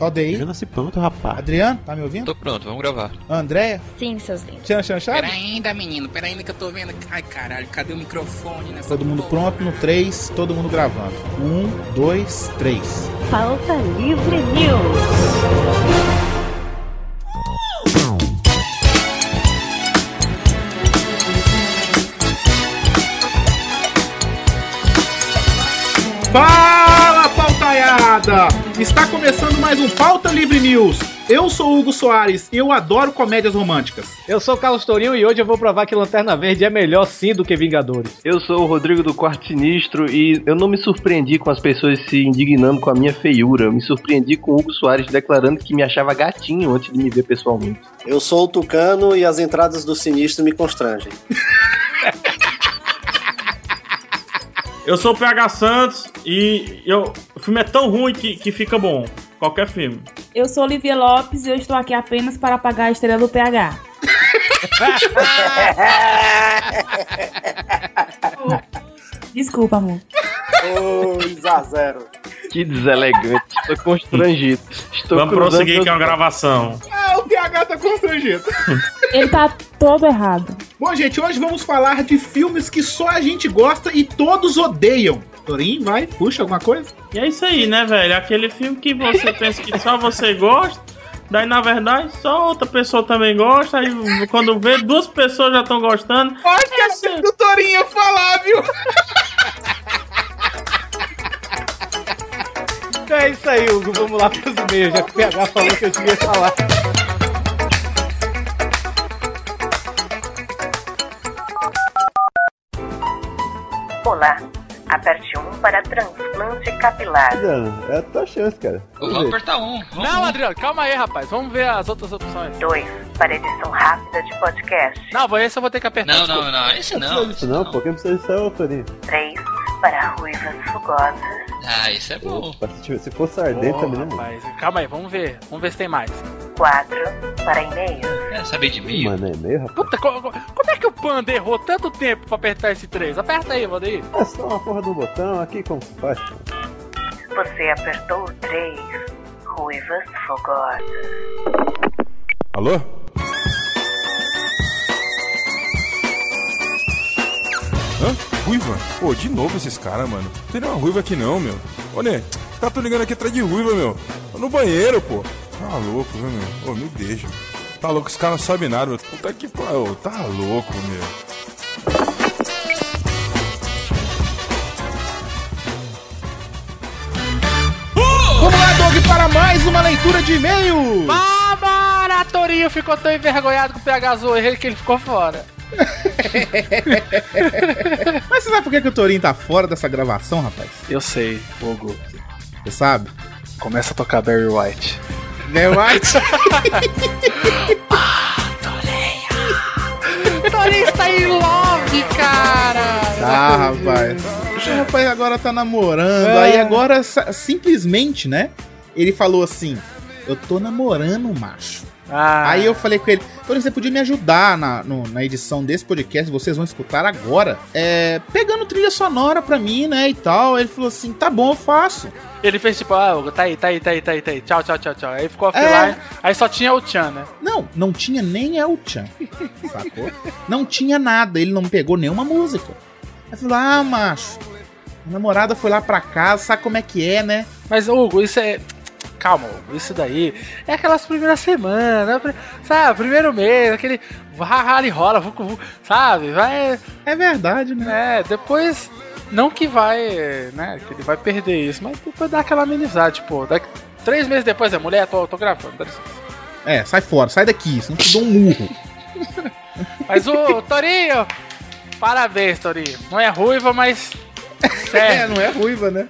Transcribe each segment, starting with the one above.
ODI, Grana se pronto, rapaz. Adriano, tá me ouvindo? Tô pronto, vamos gravar. Andréia, Sim, seus lindos. Tchan Chan Chave. Pera ainda, menino, pera ainda que eu tô vendo. Ai, caralho, cadê o microfone nessa Todo mundo porra? pronto no 3, todo mundo gravando. 1, 2, 3. Pauta Livre News. Fala, pautaiada! Está começando mais um Pauta Livre News. Eu sou Hugo Soares e eu adoro comédias românticas. Eu sou o Carlos Tourinho e hoje eu vou provar que Lanterna Verde é melhor sim do que Vingadores. Eu sou o Rodrigo do Quarto Sinistro e eu não me surpreendi com as pessoas se indignando com a minha feiura. Eu me surpreendi com o Hugo Soares declarando que me achava gatinho antes de me ver pessoalmente. Eu sou o Tucano e as entradas do sinistro me constrangem. Eu sou o PH Santos e eu, o filme é tão ruim que, que fica bom. Qualquer filme. Eu sou Olivia Lopes e eu estou aqui apenas para apagar a estrela do PH. Desculpa, amor. 2x0. Que deselegante. Estou constrangido. Estou Vamos cruzando prosseguir meus que é uma gravação. Ah, o PH tá constrangido. Ele tá todo errado. Bom, gente, hoje vamos falar de filmes que só a gente gosta e todos odeiam. Torinho, vai, puxa alguma coisa? E é isso aí, né, velho? Aquele filme que você pensa que só você gosta. Daí, na verdade, só outra pessoa também gosta. Aí, quando vê, duas pessoas já estão gostando. Olha que Esse- do Torinho falar, viu? É isso aí, Hugo. Vamos lá pros e-mails, já que o PH falou que eu tinha que falar. Olá. Aperte 1 para transplante capilar. É a tua chance, cara. Vamos apertar um. Não, Adriano, calma aí, rapaz. Vamos ver as outras opções. 2 para edição rápida de podcast. Não, vou- esse eu vou ter que apertar. Não, não, não, esse Não, não. isso não, pô. Quem precisa disso é o Toninho. 3 para ruivas fugosas. Ah, isso é bom. Opa, se, tiver- se fosse ardente Pô, também, né, mano? rapaz, calma aí, vamos ver. Vamos ver se tem mais. 4 para e-mail. Quer saber de mim? Mano, é meio, rapaz. Puta, co- co- como é que o Panda errou tanto tempo pra apertar esse 3? Aperta aí, Valdeir. É só uma porra do botão Então, aqui, como se faz? cara? Você apertou o 3. Ruivas fugosas. Alô? Hã? Ruiva? Pô, de novo esses caras, mano. Não tem nenhuma ruiva aqui não, meu. Ô, Nê, os caras tão ligando aqui atrás de ruiva, meu. Tô no banheiro, pô. Tá louco, viu, meu? Ô, me deixa. Tá louco, esse cara não sabe nada, meu. Puta que pariu. Ô, Tá louco, meu. Vamos lá, Doug, para mais uma leitura de e-mails. Bárbara Torinho ficou tão envergonhado com o PH zoou ele que ele ficou fora. Mas você sabe por que, que o Torinho tá fora dessa gravação, rapaz? Eu sei, Hugo. Você sabe? Começa a tocar Barry White. Né, White? Torinho está em love, cara! Ah, rapaz. O rapaz agora tá namorando. Aí agora, sa- simplesmente, né? Ele falou assim: Eu tô namorando um macho. Ah, Aí eu falei com ele, Tony, você podia me ajudar na, no- na edição desse podcast, vocês vão escutar agora. É, pegando trilha sonora pra mim, né? E tal. Ele falou assim: tá bom, eu faço. Ele fez tipo, ah, Hugo, tá aí, tá aí, tá aí, tá aí, tá aí. Tchau, tchau, tchau, tchau. Aí ficou É. offline. Aí só tinha o Chan, né? Não, não tinha nem El-Chan. Sacou? Não tinha nada, ele não pegou nenhuma música. Aí falou: ah, macho. A namorada foi lá pra casa, sabe como é que é, né? Mas, Hugo, isso é. Calma, Hugo, isso daí é aquelas primeiras semanas, pri- sabe? Primeiro mês, aquele rala e rola, vucu, vucu, sabe? Vai. É verdade, né? É, depois. Não que vai. né? Que ele vai perder isso, mas depois dá aquela amenizada, tipo, daqui, três meses depois é mulher, tô, tô gravando. dá licença. É, sai fora, sai daqui, senão eu te dou um murro. Mas o Torinho! Parabéns, Torinho. Não é ruiva, mas. Sério, não é ruiva, né?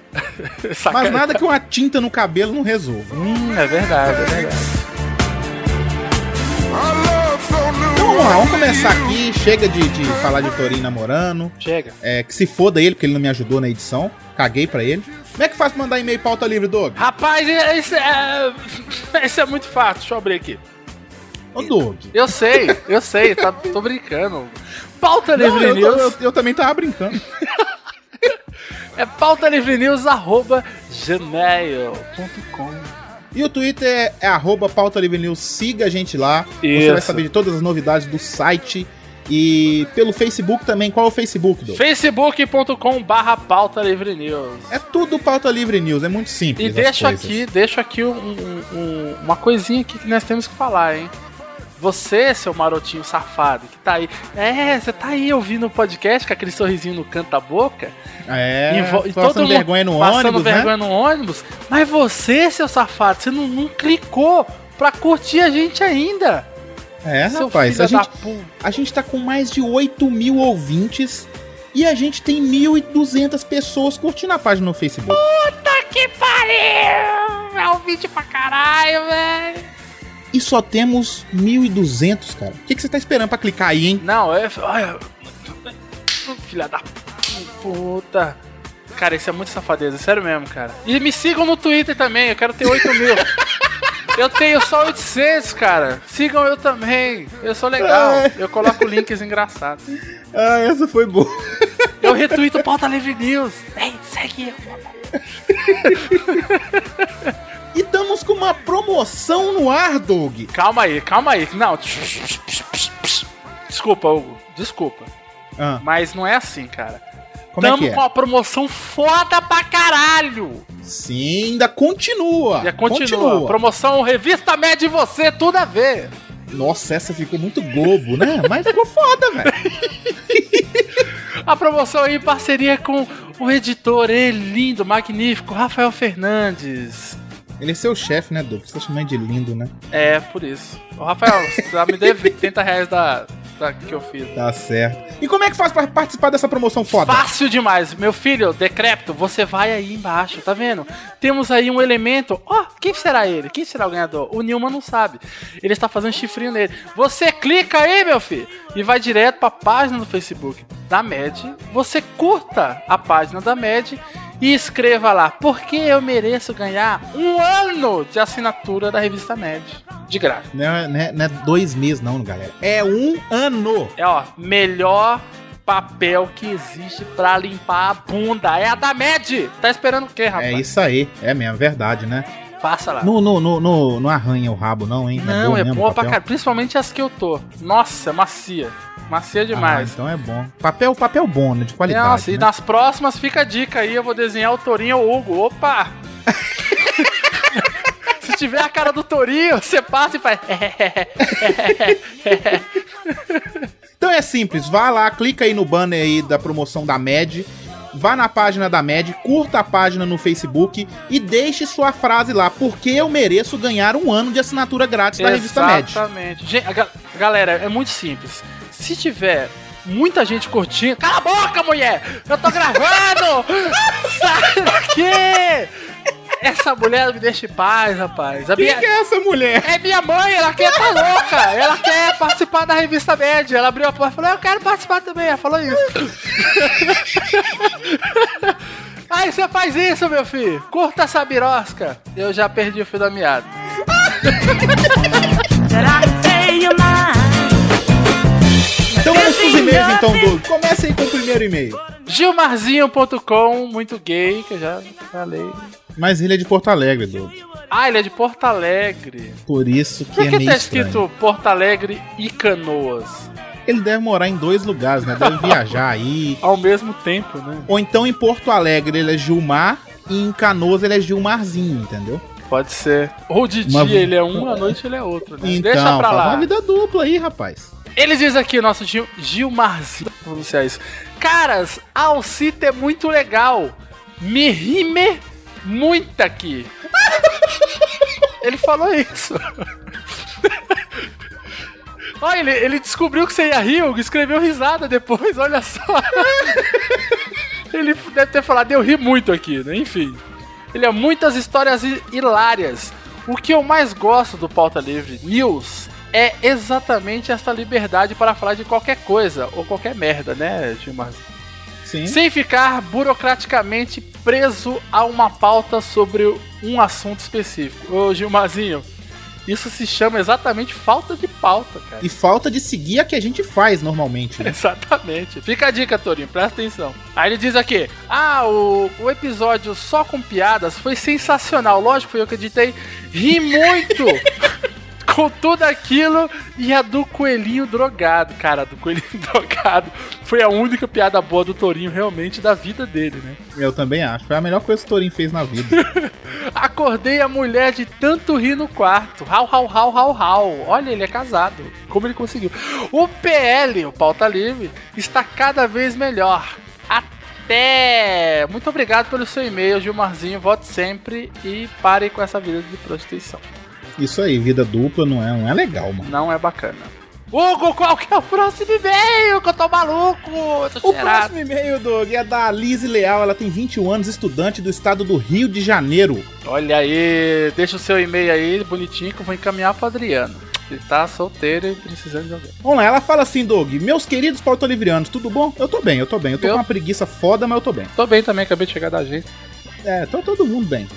Mas sacanagem. nada que uma tinta no cabelo não resolva. Hum, é verdade, é verdade. Então vamos lá, vamos começar aqui. Chega de, de falar de Torinho namorando. Chega. É, que se foda ele, porque ele não me ajudou na edição. Caguei pra ele. Como é que faz pra mandar e-mail pauta livre, Doug? Rapaz, isso é, isso é muito fácil. Deixa eu abrir aqui. Ô, Doug. Eu sei, eu sei. tá- tô brincando. Pauta Não, Livre eu tô- News. eu- eu também tava brincando. É pautalivrenews.gmail.com E o Twitter é arroba pauta livre news. Siga a gente lá. Você Isso. vai saber de todas as novidades do site. E pelo Facebook também. Qual é o Facebook, Doug? facebook.com barra pauta livre news É tudo pauta livre news, é muito simples. e as deixo coisas. aqui deixo aqui um- um- um- uma coisinha aqui que nós temos que falar hein você, seu marotinho safado, que tá aí. É, você tá aí ouvindo o podcast com aquele sorrisinho no canto da boca. É, e vo- e passando todo mundo- vergonha no passando ônibus, né? vergonha no ônibus. Mas você, seu safado, você não, não clicou pra curtir a gente ainda. É, Seu rapaz. filho A da gente, a gente tá com mais de 8 mil ouvintes e a gente tem 1.200 pessoas curtindo a página no Facebook. Puta que pariu! É um vídeo pra caralho, velho! E só temos 1.200, cara. O que, que você tá esperando pra clicar aí, hein? Não, é. Olha. Filha da puta. Cara, isso é muito safadeza, sério mesmo, cara. E me sigam no Twitter também, eu quero ter 8 mil. Eu tenho só 800, cara. Sigam eu também. Eu sou legal. É. Eu coloco links engraçados. Ah, essa foi boa. Eu retuito Pauta Livre News. Ei, segue eu. E estamos com uma promoção no ar, Doug. Calma aí, calma aí. Não. Desculpa, Hugo. Desculpa. Ah. Mas não é assim, cara. Como é Tamo que é? com uma promoção foda pra caralho. Sim, ainda continua. Já continua. Promoção Revista Média e Você, tudo a ver. Nossa, essa ficou muito globo, né? Mas ficou foda, velho. A promoção aí em parceria com o editor, ele lindo, magnífico, Rafael Fernandes. Ele é seu chefe, né, Doug? Você tá chamando de lindo, né? É, por isso. Ô, Rafael, você já me deve 30 reais da, da que eu fiz. Tá certo. E como é que faz pra participar dessa promoção foda? Fácil demais, meu filho, decrépito, você vai aí embaixo, tá vendo? Temos aí um elemento. Ó, quem será ele? Quem será o ganhador? O Nilman não sabe. Ele está fazendo chifrinho nele. Você clica aí, meu filho, e vai direto pra página do Facebook da MED. Você curta a página da MED e escreva lá: Por que eu mereço ganhar um ano de assinatura da revista MED? De graça. Não é, não é- não é dois meses, não, galera. É um ano. É, ó, melhor papel que existe pra limpar a bunda. É a da MED. Tá esperando o quê, rapaz? É isso aí. É mesmo, verdade, né? Faça lá. Não, não, não, não, não arranha o rabo, não, hein? Não, é mesmo o boa pra papel? caralho. Principalmente as que eu tô. Nossa, macia. Macia demais. Ah, então é bom. Papel, papel bom, né? De qualidade. Nossa, e né? nas próximas fica a dica aí. Eu vou desenhar o Torinho ou o Hugo. Opa! Se tiver a cara do Torinho, você passa e faz. "É, Então é simples, vá lá, clica aí no banner aí da promoção da MED, vá na página da MED, curta a página no Facebook e deixe sua frase lá, porque eu mereço ganhar um ano de assinatura grátis da revista MED. Exatamente. Gente, a ga- galera, é muito simples. Se tiver muita gente curtindo. Cala a boca, mulher! Eu tô gravando! Sai daqui! Essa mulher me deixa em paz, rapaz. A Quem minha- que é essa mulher? É minha mãe, ela quer tá louca! Ela quer participar da revista média. Ela abriu a porta e falou: Eu quero participar também. Ela falou isso. Aí você faz isso, meu filho. Curta essa birosca. Eu já perdi o fio da meada. Então vamos pros e-mails então, Doug. Começa aí com o primeiro e-mail. Gilmarzinho.com, muito gay, que eu já falei. Mas ele é de Porto Alegre, Doug. Ah, ele é de Porto Alegre. Por isso que Por é que, meio tá estranho. escrito Porto Alegre e Canoas? Ele deve morar em dois lugares, né? Deve viajar aí. Ao mesmo tempo, né? Ou então em Porto Alegre ele é Gilmar e em Canoas ele é Gilmarzinho, entendeu? Pode ser. Ou de dia Uma- ele é um, à noite ele é outro, né? Então, Deixa pra faz lá. uma vida dupla aí, rapaz. Ele diz aqui, nosso Gil, Gilmarzinho, vou pronunciar isso. Caras, Alcita é muito legal. Me rime muito aqui. Ele falou isso. Olha, Ah, ele, ele descobriu que você ia rir, Hugo, escreveu risada depois, olha só. Ele deve ter falado, eu ri muito aqui, né? Enfim. Ele é muitas histórias hi- hilárias. O que eu mais gosto do Pauta Livre News é exatamente essa liberdade para falar de qualquer coisa, ou qualquer merda, né, Gilmar? Sem ficar burocraticamente preso a uma pauta sobre um assunto específico. Ô, Gilmarzinho, isso se chama exatamente falta de pauta, cara. E falta de seguir a que a gente faz normalmente. né? Exatamente. Fica a dica, Torinho, presta atenção. Aí ele diz aqui: Ah, o, o episódio só com piadas foi sensacional. Lógico, foi eu que editei. Ri muito com tudo aquilo e a do coelhinho drogado. Cara, a do coelhinho drogado foi a única piada boa do Torinho, realmente, da vida dele, né? Eu também acho. Foi a melhor coisa que o Torinho fez na vida. Acordei a mulher de tanto rir no quarto. Rau, rau, rau, rau, rau. Olha, ele é casado. Como ele conseguiu? O PL, o pauta livre, está cada vez melhor. Até! Muito obrigado pelo seu e-mail, Gilmarzinho. Vote sempre e pare com essa vida de prostituição. Isso aí, vida dupla não é, não é legal, mano. Não é bacana. Hugo, qual que é o próximo e-mail? Que eu tô maluco! eu tô O cheirado. próximo e-mail, Doug, é da Liz Leal. Ela tem 21 anos, estudante do estado do Rio de Janeiro. Olha aí, deixa o seu e-mail aí, bonitinho, que eu vou encaminhar pro Adriano. Ele tá solteiro e precisando de alguém. Vamos lá, ela fala assim, Doug. Meus queridos pautolivrianos, tudo bom? Eu tô bem, eu tô bem. Eu tô Eu- com uma preguiça foda, mas eu tô bem. Tô bem também, acabei de chegar da gente. É, tá todo mundo bem.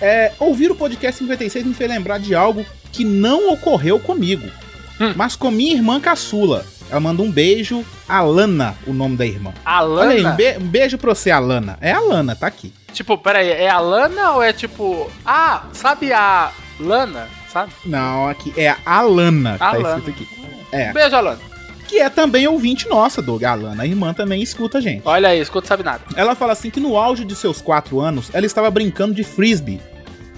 É, ouvir o podcast 56 me fez lembrar de algo que não ocorreu comigo, mas com minha irmã caçula. Ela manda um beijo, Alana, o nome da irmã. Olha aí, um, Alana? be- um beijo pra você, Alana. É a Alana, tá aqui. Tipo, peraí, é a Lana ou é tipo. Ah, sabe a Lana? Sabe? Não, aqui é a Alana que tá Alana. escrito aqui. É. Beijo, Alana. Que é também ouvinte nossa, Doug. A Alana, a irmã, também escuta a gente. Olha aí, escuta, sabe nada. Ela fala assim que no auge de seus 4 anos, ela estava brincando de frisbee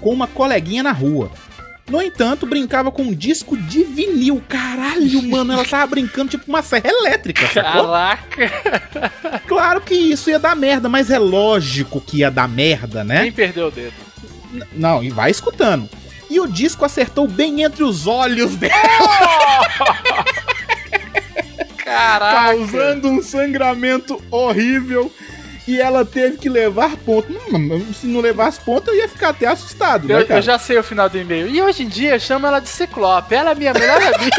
com uma coleguinha na rua. No entanto, brincava com um disco de vinil. Caralho, mano, ela tava brincando tipo uma serra elétrica, sacou? Caraca. Claro que isso ia dar merda, mas é lógico que ia dar merda, né? Quem perdeu o dedo? N- Não, e vai escutando. E o disco acertou bem entre os olhos dela, Caraca. causando um sangramento horrível. E ela teve que levar ponto. Hum, Se não levasse ponto, eu ia ficar até assustado, Eu, né, cara? eu já sei o final do e-mail. E hoje em dia eu chamo ela de Ciclope. Ela é minha melhor amiga.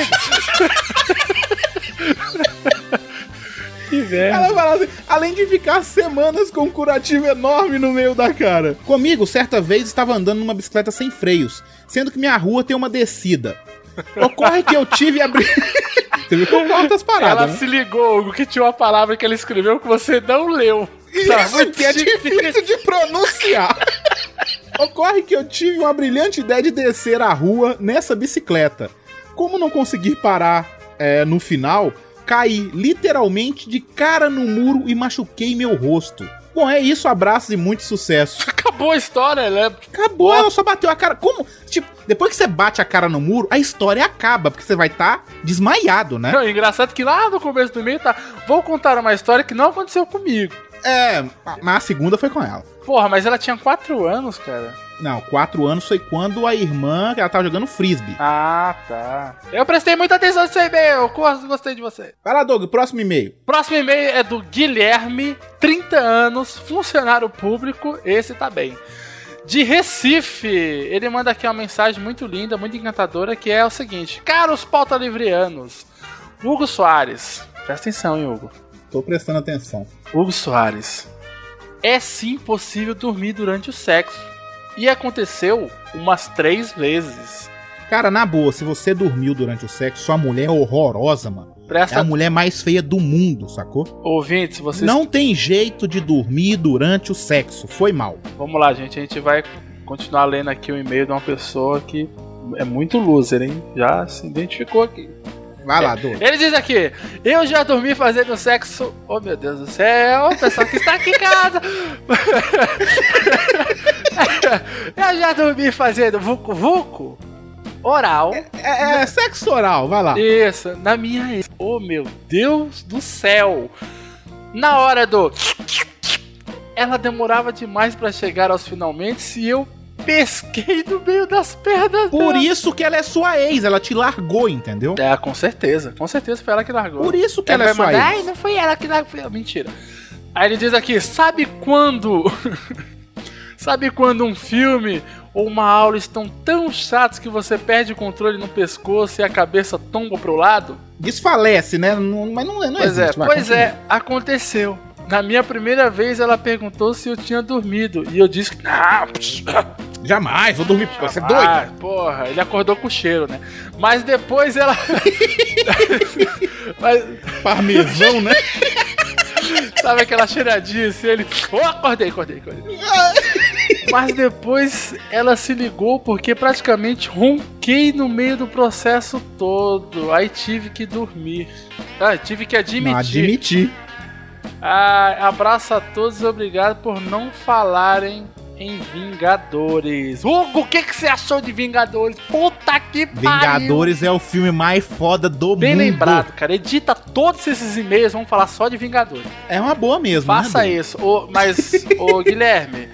que velho. Ela fala assim, além de ficar semanas com um curativo enorme no meio da cara. Comigo, certa vez, estava andando numa bicicleta sem freios, sendo que minha rua tem uma descida. Ocorre que eu tive a bri... Você viu que eu corto as paradas, Ela né? se ligou, Hugo, que tinha uma palavra que ela escreveu que você não leu. Isso que é difícil de pronunciar. Ocorre que eu tive uma brilhante ideia de descer a rua nessa bicicleta. Como não conseguir parar é, no final, caí literalmente de cara no muro e machuquei meu rosto. Bom, é isso, abraços e muito sucesso. Acabou a história, né? Acabou, ela só bateu a cara. Como? Tipo, depois que você bate a cara no muro, a história acaba, porque você vai estar desmaiado, né? Não, engraçado é que lá no começo do e-mail tá. Vou contar uma história que não aconteceu comigo. É, a- mas a segunda foi com ela. Porra, mas ela tinha 4 anos, cara. Não, quatro anos foi quando a irmã, ela tava jogando frisbee. Ah, tá. Eu prestei muita atenção no seu e-mail. Curso, gostei de você. Vai lá, Doug, próximo e-mail. Próximo e-mail é do Guilherme, 30 anos, funcionário público. Esse tá bem. De Recife, ele manda aqui uma mensagem muito linda, muito encantadora, que é o seguinte: Caros pauta-livrianos, Hugo Soares, presta atenção, hein, Hugo. Tô prestando atenção. Hugo Soares. É sim possível dormir durante o sexo. E aconteceu umas três vezes. Cara, na boa, se você dormiu durante o sexo, sua mulher é horrorosa, mano. É Presta a mulher mais feia do mundo, sacou? ouvintes, vocês. Não tem jeito de dormir durante o sexo. Foi mal. Vamos lá, gente. A gente vai continuar lendo aqui o e-mail de uma pessoa que é muito loser, hein? Já se identificou aqui. Vai lá, Doug. Ele diz aqui: Eu já dormi fazendo sexo. Oh, meu Deus do céu, o pessoal que está aqui em casa. Eu já dormi fazendo vucu vucu oral. É, é sexo oral, vai lá. Isso, na minha ex. Oh, meu Deus do céu. Na hora do... Ela demorava demais pra chegar aos finalmente e eu pesquei no meio das pernas Por dela. isso que ela é sua ex, ela te largou, entendeu? É, com certeza. Com certeza foi ela que largou. Por isso que ela, é vai sua mandar, Ai, ex. não foi ela que largou. foi eu." Mentira. Aí ele diz aqui, sabe quando... sabe quando um filme ou uma aula estão tão chatos que você perde o controle no pescoço e a cabeça tomba pro lado? Desfalece, né? Não- mas não, não Pois é, existe, vai, pois continua. é, aconteceu. Na minha primeira vez, ela perguntou se eu tinha dormido. E eu disse que. Ah, Jamais, vou dormir. Você é doido? porra, ele acordou com cheiro, né? Mas depois ela. Mas... Parmesão, né? Sabe aquela cheiradinha assim? Ele. Oh, acordei, acordei, acordei. Mas depois ela se ligou porque praticamente ronquei no meio do processo todo. Aí tive que dormir. Ah, tive que admitir. Não, admitir. Ah, abraço a todos, obrigado por não falarem em Vingadores. Hugo, o que, que você achou de Vingadores? Puta que pariu! Vingadores é o filme mais foda do Bem mundo. lembrado, cara. Edita todos esses e-mails, vamos falar só de Vingadores. É uma boa mesmo. Faça né, isso. Ô, mas, ô Guilherme,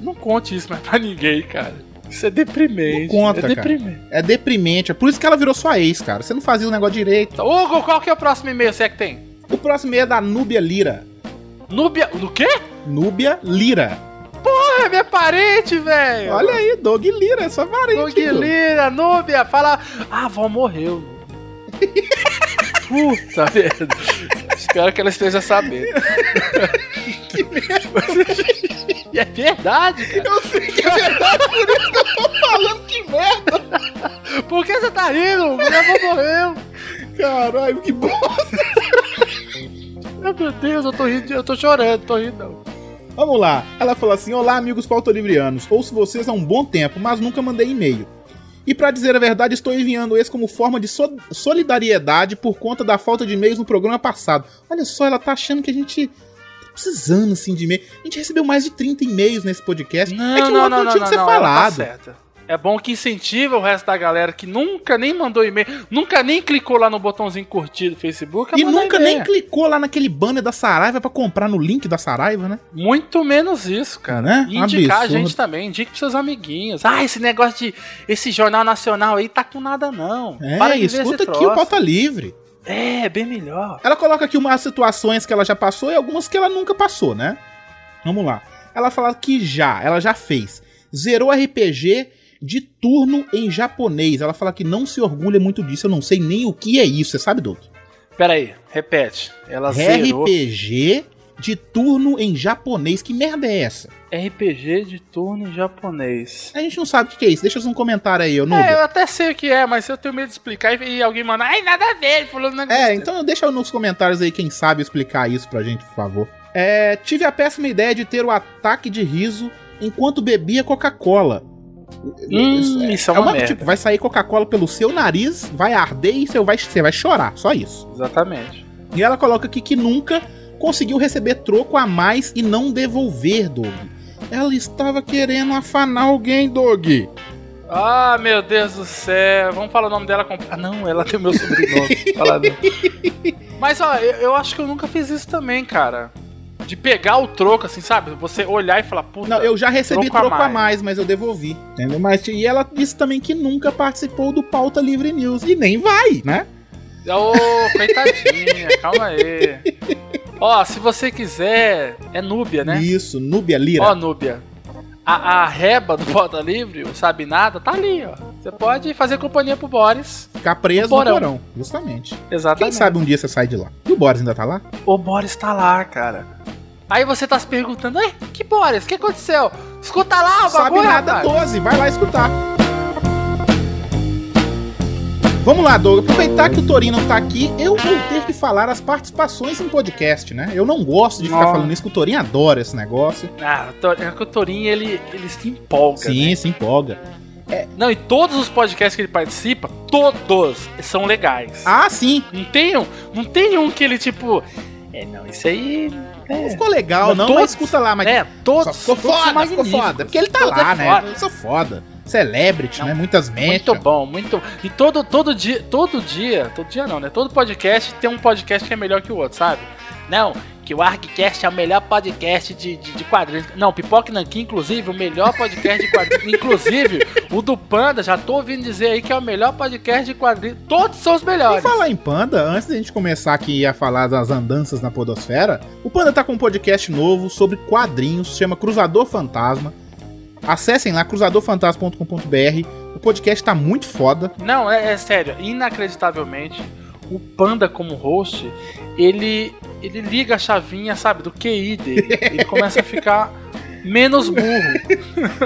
não conte isso mais pra ninguém, cara. Isso é deprimente. Não conta, é cara. deprimente. É deprimente. É por isso que ela virou sua ex, cara. Você não fazia o negócio direito. Hugo, qual que é o próximo e-mail? Você é que tem? O próximo é da Núbia Lira. Núbia. No quê? Núbia Lira. Porra, é minha parente, velho! Olha aí, Doug Lira, é sua parente. Ô, viu? Guilherme, Núbia, fala. Ah, a avó morreu. Puta merda. Espero que ela esteja sabendo. E é verdade, cara. Eu sei que é verdade, por isso que eu tô falando que merda. Por que você tá rindo? Minha avó morreu. Caralho, que bosta. Ah, Meu Deus, eu tô rindo, de- eu tô chorando, tô rindo não. Vamos lá. Ela falou assim: Olá, amigos pautolivrianos. Ouço vocês há um bom tempo, mas nunca mandei e-mail. E pra dizer a verdade, estou enviando esse como forma de so- solidariedade por conta da falta de e-mails no programa passado. Olha só, ela tá achando que a gente tá precisando assim de e-mail. A gente recebeu mais de 30 e-mails nesse podcast. é que o outro não, tinha que ser ela falado. Tá certa. É bom que incentiva o resto da galera que nunca nem mandou e-mail, nunca nem clicou lá no botãozinho curtir do Facebook. a e mandar nunca e-mail. nem clicou lá naquele banner da Saraiva pra comprar no link da Saraiva, né? Muito menos isso, cara. Né? E indicar a Absurdo. gente também, indique pros seus amiguinhos. Ah, esse negócio de. Esse jornal nacional aí tá com nada, não. É, Para de ver esse escuta aqui o troço. Pauta Livre. É, bem melhor. Ela coloca aqui umas situações que ela já passou e algumas que ela nunca passou, né? Vamos lá. Ela fala que já, ela já fez. Zerou RPG de turno em japonês. Ela fala que não se orgulha muito disso. Eu não sei nem o que é isso. Você sabe, Doug? Pera aí, repete. Ela É zerou. RPG de turno em japonês. Que merda é essa? RPG de turno em japonês. A gente não sabe o que é isso. Deixa um comentário aí, eu não. É, eu até sei o que é, mas eu tenho medo de explicar e, e alguém mandar. Ai, nada a ver, ele falou um negócio. É, desse." então deixa nos comentários aí quem sabe explicar isso pra gente, por favor. É, tive a péssima ideia de ter o ataque de riso enquanto bebia Coca-Cola. Hum, isso é uma merda. tipo, vai sair Coca-Cola pelo seu nariz, vai arder e você vai, você vai chorar, só isso. Exatamente. E ela coloca aqui que nunca conseguiu receber troco a mais e não devolver, Doug. Ela estava querendo afanar alguém, Doug. Ah, meu Deus do céu. Vamos falar o nome dela com. Ah, não, ela tem meu sobrenome. Fala não. Mas, ó, eu, eu acho que eu nunca fiz isso também, cara. De pegar o troco, assim, sabe? Você olhar e falar, puta. Não, eu já recebi Troco a troco, a, mais. mais. mas eu devolvi. Entendeu? Mas, e ela disse também que nunca participou do Pauta Livre News. E nem vai, né? Ô, coitadinha, calma aí. Ó, se você quiser, é Núbia, né? Isso, Núbia Lira. Ó, Núbia. A, a reba do Bota Livre, o Sabe Nada, tá ali, ó. Você pode fazer companhia pro Boris. ficar preso no no porão. porão. Justamente. Quem Exatamente. sabe um dia você sai de lá. E o Boris ainda tá lá? O Boris tá lá, cara. Aí você tá se perguntando, Ei, que Boris? O que aconteceu? Escuta lá o sabe Tá bagulho, nada rapaz. 12, vai lá escutar. Vamos lá, Doug. Aproveitar que o Torino não tá aqui, eu vou ter que falar as participações em podcast, né? Eu não gosto de ficar Nossa. falando isso, que o Torinho adora esse negócio. Ah, o Tor- é que o Torinho, ele, ele se empolga. Sim, se empolga. né? Não, e todos os podcasts que ele participa, todos são legais. Ah, sim. Não, tem um, não tem um que ele, tipo... É, não, isso aí... Não É, ficou legal, não, mas todos- escuta lá, mas é todos, Só ficou todos são foda, ficou magníficos. foda. Porque ele tá Todos lá, é né? foda. Eu sou foda. Celebrity, Não. né? Muitas mentes. Muito bom, muito. E todo, todo dia, todo dia, todo dia não, né? Todo podcast tem um podcast que é melhor que o outro, sabe? Não, que o ArgCast é o melhor podcast de, de, de quadrinhos. Não, Pipoca e Nanquim, inclusive, o melhor podcast de quadrinhos. inclusive, o do Panda, já tô ouvindo dizer aí que é o melhor podcast de quadrinhos. Todos são os Por melhores. falar em Panda, antes da gente começar aqui a falar das andanças na podosfera, o Panda tá com um podcast novo sobre quadrinhos, se chama Cruzador Fantasma. Acessem lá, cruzadorfantasma.com.br. O podcast tá muito foda. Não, é, é sério, inacreditavelmente, o Panda como host, ele ele liga a chavinha, sabe, do QI dele. Ele começa a ficar menos burro.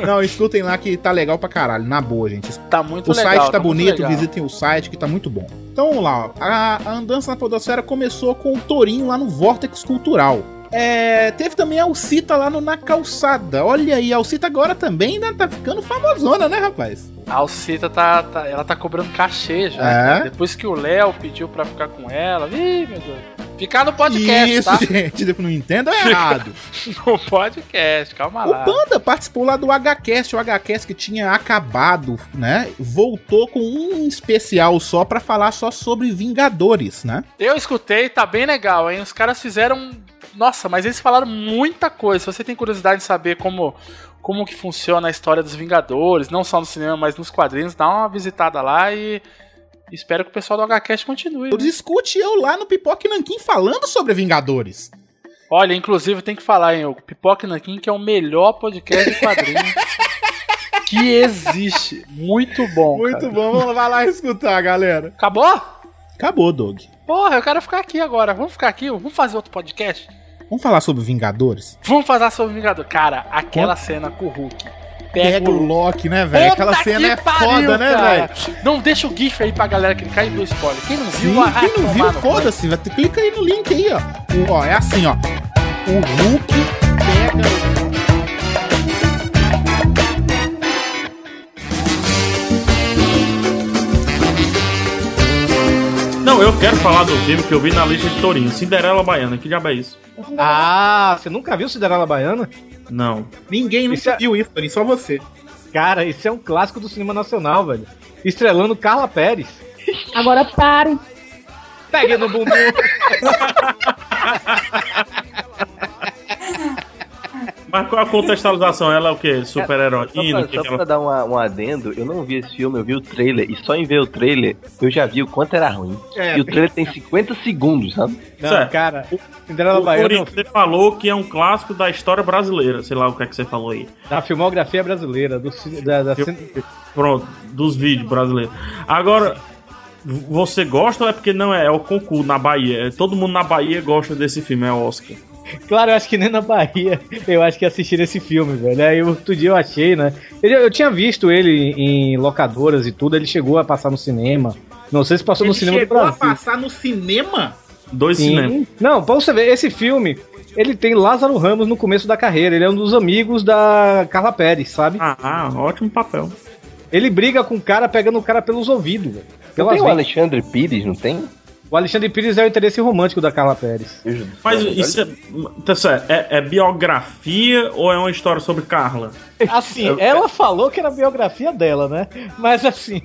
Não, escutem lá que tá legal pra caralho, na boa, gente. Tá muito o legal. site tá, muito bonito, legal. visitem o site que tá muito bom. Então vamos lá, ó. a, a andança na Podosfera começou com o Torinho lá no Vortex Cultural. É, teve também a Alcita lá no Na Calçada. Olha aí, a Alcita agora também ainda tá ficando famosona, né, rapaz? A Alcita tá, tá- ela tá cobrando cachê já. É? cara. Depois que o Léo pediu pra ficar com ela. Ih, meu Deus. Ficar no podcast, Isso, tá? gente, não entendo é errado. No podcast, calma O lá. Panda participou lá do HCast, o HCast que tinha acabado, né? Voltou com um especial só pra falar só sobre Vingadores, né? Eu escutei, tá bem legal, hein? Os caras fizeram. Nossa, mas eles falaram muita coisa. Se você tem curiosidade de saber como, como que funciona a história dos Vingadores, não só no cinema, mas nos quadrinhos, dá uma visitada lá e espero que o pessoal do HCast continue. Eu né? discute eu lá no Pipoque Nanquim falando sobre Vingadores. Olha, inclusive tem que falar, hein, o Pipoca e Nanquim, que é o melhor podcast de quadrinhos que existe. Muito bom. cara. bom, vamos lá, lá escutar, galera. Acabou? Acabou, Doug. Porra, eu quero ficar aqui agora. Vamos ficar aqui? Vamos fazer outro podcast? Vamos falar sobre Vingadores? Vamos fazer sobre o Vingador. Cara, aquela cena com o Hulk. Pega, o Loki, né, velho? Aquela Puta cena que é pariu, foda, né, cara? velho? Não, deixa o GIF aí pra galera clicar e do spoiler. Quem não viu, Sim, ah, quem não tomar viu, no cu. foda-se. vai ter- Clica aí no link aí, ó. O- ó. É assim, ó. O Hulk pega. Não, eu quero falar do filme que eu vi na lista de Torinho. Cinderela Baiana, que diabo é isso? Ah, você nunca viu Cinderela Baiana? Não. Ninguém nunca viu isso, Torinho, só você. Cara, isso é um clássico do cinema nacional, velho. Estrelando Carla Pérez. Agora pare. Pega no bumbum. Mas qual a contextualização? Ela é o quê? Super-herói? Só pra, O que só que pra ela... dar uma- um adendo, eu não vi esse filme, eu vi o trailer, e só em ver o trailer eu já vi o quanto era ruim. É. E o trailer tem 50 segundos, sabe? Não, Certo. cara, Cinderela é. O Torinho, Baiana você falou que é um clássico da história brasileira. Sei lá o que é que você falou aí. da filmografia brasileira, do, ci- da, da cin- Pronto, dos vídeos brasileiros. Agora, v- você gosta ou é porque não é? É o concurso na Bahia. É, Todo mundo na Bahia gosta desse filme, é o Oscar. Claro, eu acho que nem na Bahia eu acho que assistiram esse filme, velho. Aí outro dia eu achei, né? Ele- eu tinha visto ele em locadoras e tudo, ele chegou a passar no cinema. Não sei se passou no cinema do Brasil. passar no cinema? Dois Sim. cinemas. Não, pra você ver, esse filme, ele tem Lázaro Ramos no começo da carreira. Ele é um dos amigos da Carla Pérez, sabe? Ah, ah, ótimo papel. Ele briga com o cara pegando o cara pelos ouvidos, velho. Não Pelas tem o veias. Alexandre Pires, não tem? O Alexandre Pires é o interesse romântico da Carla Pérez. Deus do Mas céu, isso é, tá certo, é, é biografia ou é uma história sobre Carla? Assim, ela falou que era a biografia dela, né? Mas assim,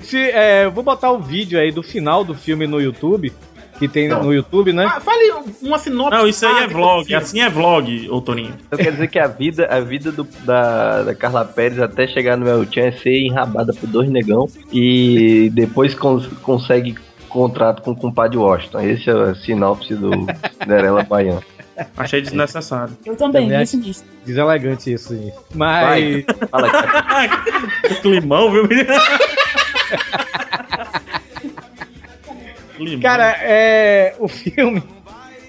se é, eu vou botar o vídeo aí do final do filme no YouTube, que tem no YouTube, né? fale uma sinopse. Não, isso aí é vlog. Assim é vlog, ô Toninho. Então quer dizer que a vida, a vida do- da, da Carla Pérez até chegar no El Chan é ser enrabada por dois negão e depois cons- consegue contrato com o compadre Washington. Esse é a sinopse do Cinderela Baiana. Achei desnecessário. Eu também, Também isso nisso. Deselegante isso, hein? Vai, Mas. fala cara. Que Climão, viu, menino? Climão. Cara, é. O filme.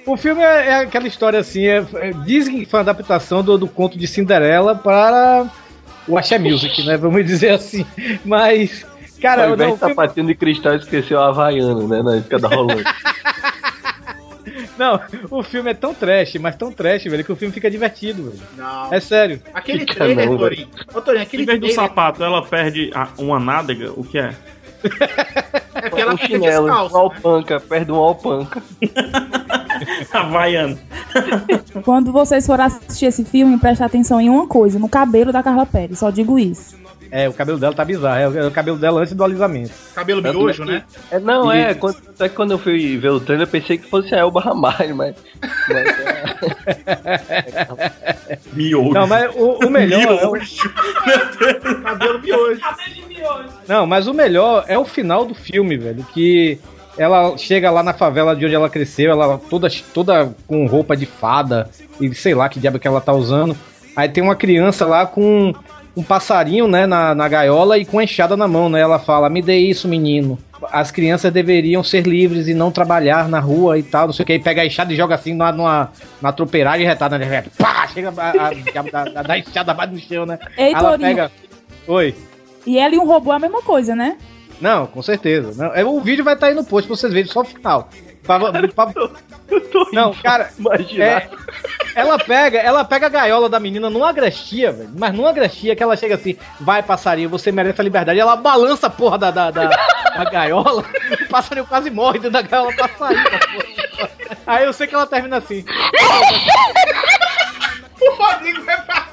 O filme é, é aquela história assim. É, é- dizem que foi uma adaptação do, do conto de Cinderela para o Axé Music, né? Vamos dizer assim. Mas. É, Cara, Ao eu invés não, de sapatinho de cristal, esqueceu a Havaiana, né? Na época da Rolândia. Não, o filme é tão trash, mas tão trash, velho, que o filme fica divertido, velho. É sério. Aquele Fica trailer, não, Torinho. Ô, Torinho, aquele Em vez do trailer sapato, ela perde a- uma nádega? O que é? é porque ela um fica chinelo, um descalça. alpanca, perde um alpanca. Havaiano. Quando vocês forem assistir esse filme, preste atenção em uma coisa, no cabelo da Carla Pérez, só digo isso. É, o cabelo dela tá bizarro. É o, é o cabelo dela antes do alisamento. Cabelo Tanto miojo, é né? É, não, é, quando, até que quando eu fui ver o trailer, eu pensei que fosse a Elba Ramalho, mas... mas é, Miojo. Não, mas o, o melhor. é o- Cabelo miojo. não, mas o melhor é o final do filme, velho. Que ela chega lá na favela de onde ela cresceu, ela toda, toda com roupa de fada e sei lá que diabo que ela tá usando. Aí tem uma criança lá com um passarinho, né, na, na gaiola e com a enxada na mão, né? Ela fala: Me dê isso, menino. as crianças deveriam ser livres e não trabalhar na rua e tal, não sei o que. Aí pega a enxada e joga assim numa, numa, na tropeiragem retada, né? Pá, chega a, a, diabo da, da, da enxada bate no chão, né? Ei, Aí ela Torinho. pega. Oi. E ela e um robô é a mesma coisa, né? Não, com certeza. Não, é, o vídeo vai estar aí no post pra vocês verem só o final. Pra- pra- não, cara, é, ela pega, ela pega a gaiola da menina numa agrestia, velho. Mas numa agrestia que ela chega assim, vai passarinho, você merece a liberdade. E ela balança a porra da, da, da, da gaiola, o passarinho quase morre dentro da gaiola do passarinho. da porra. Aí eu sei que ela termina assim. O Rodrigo vai passar.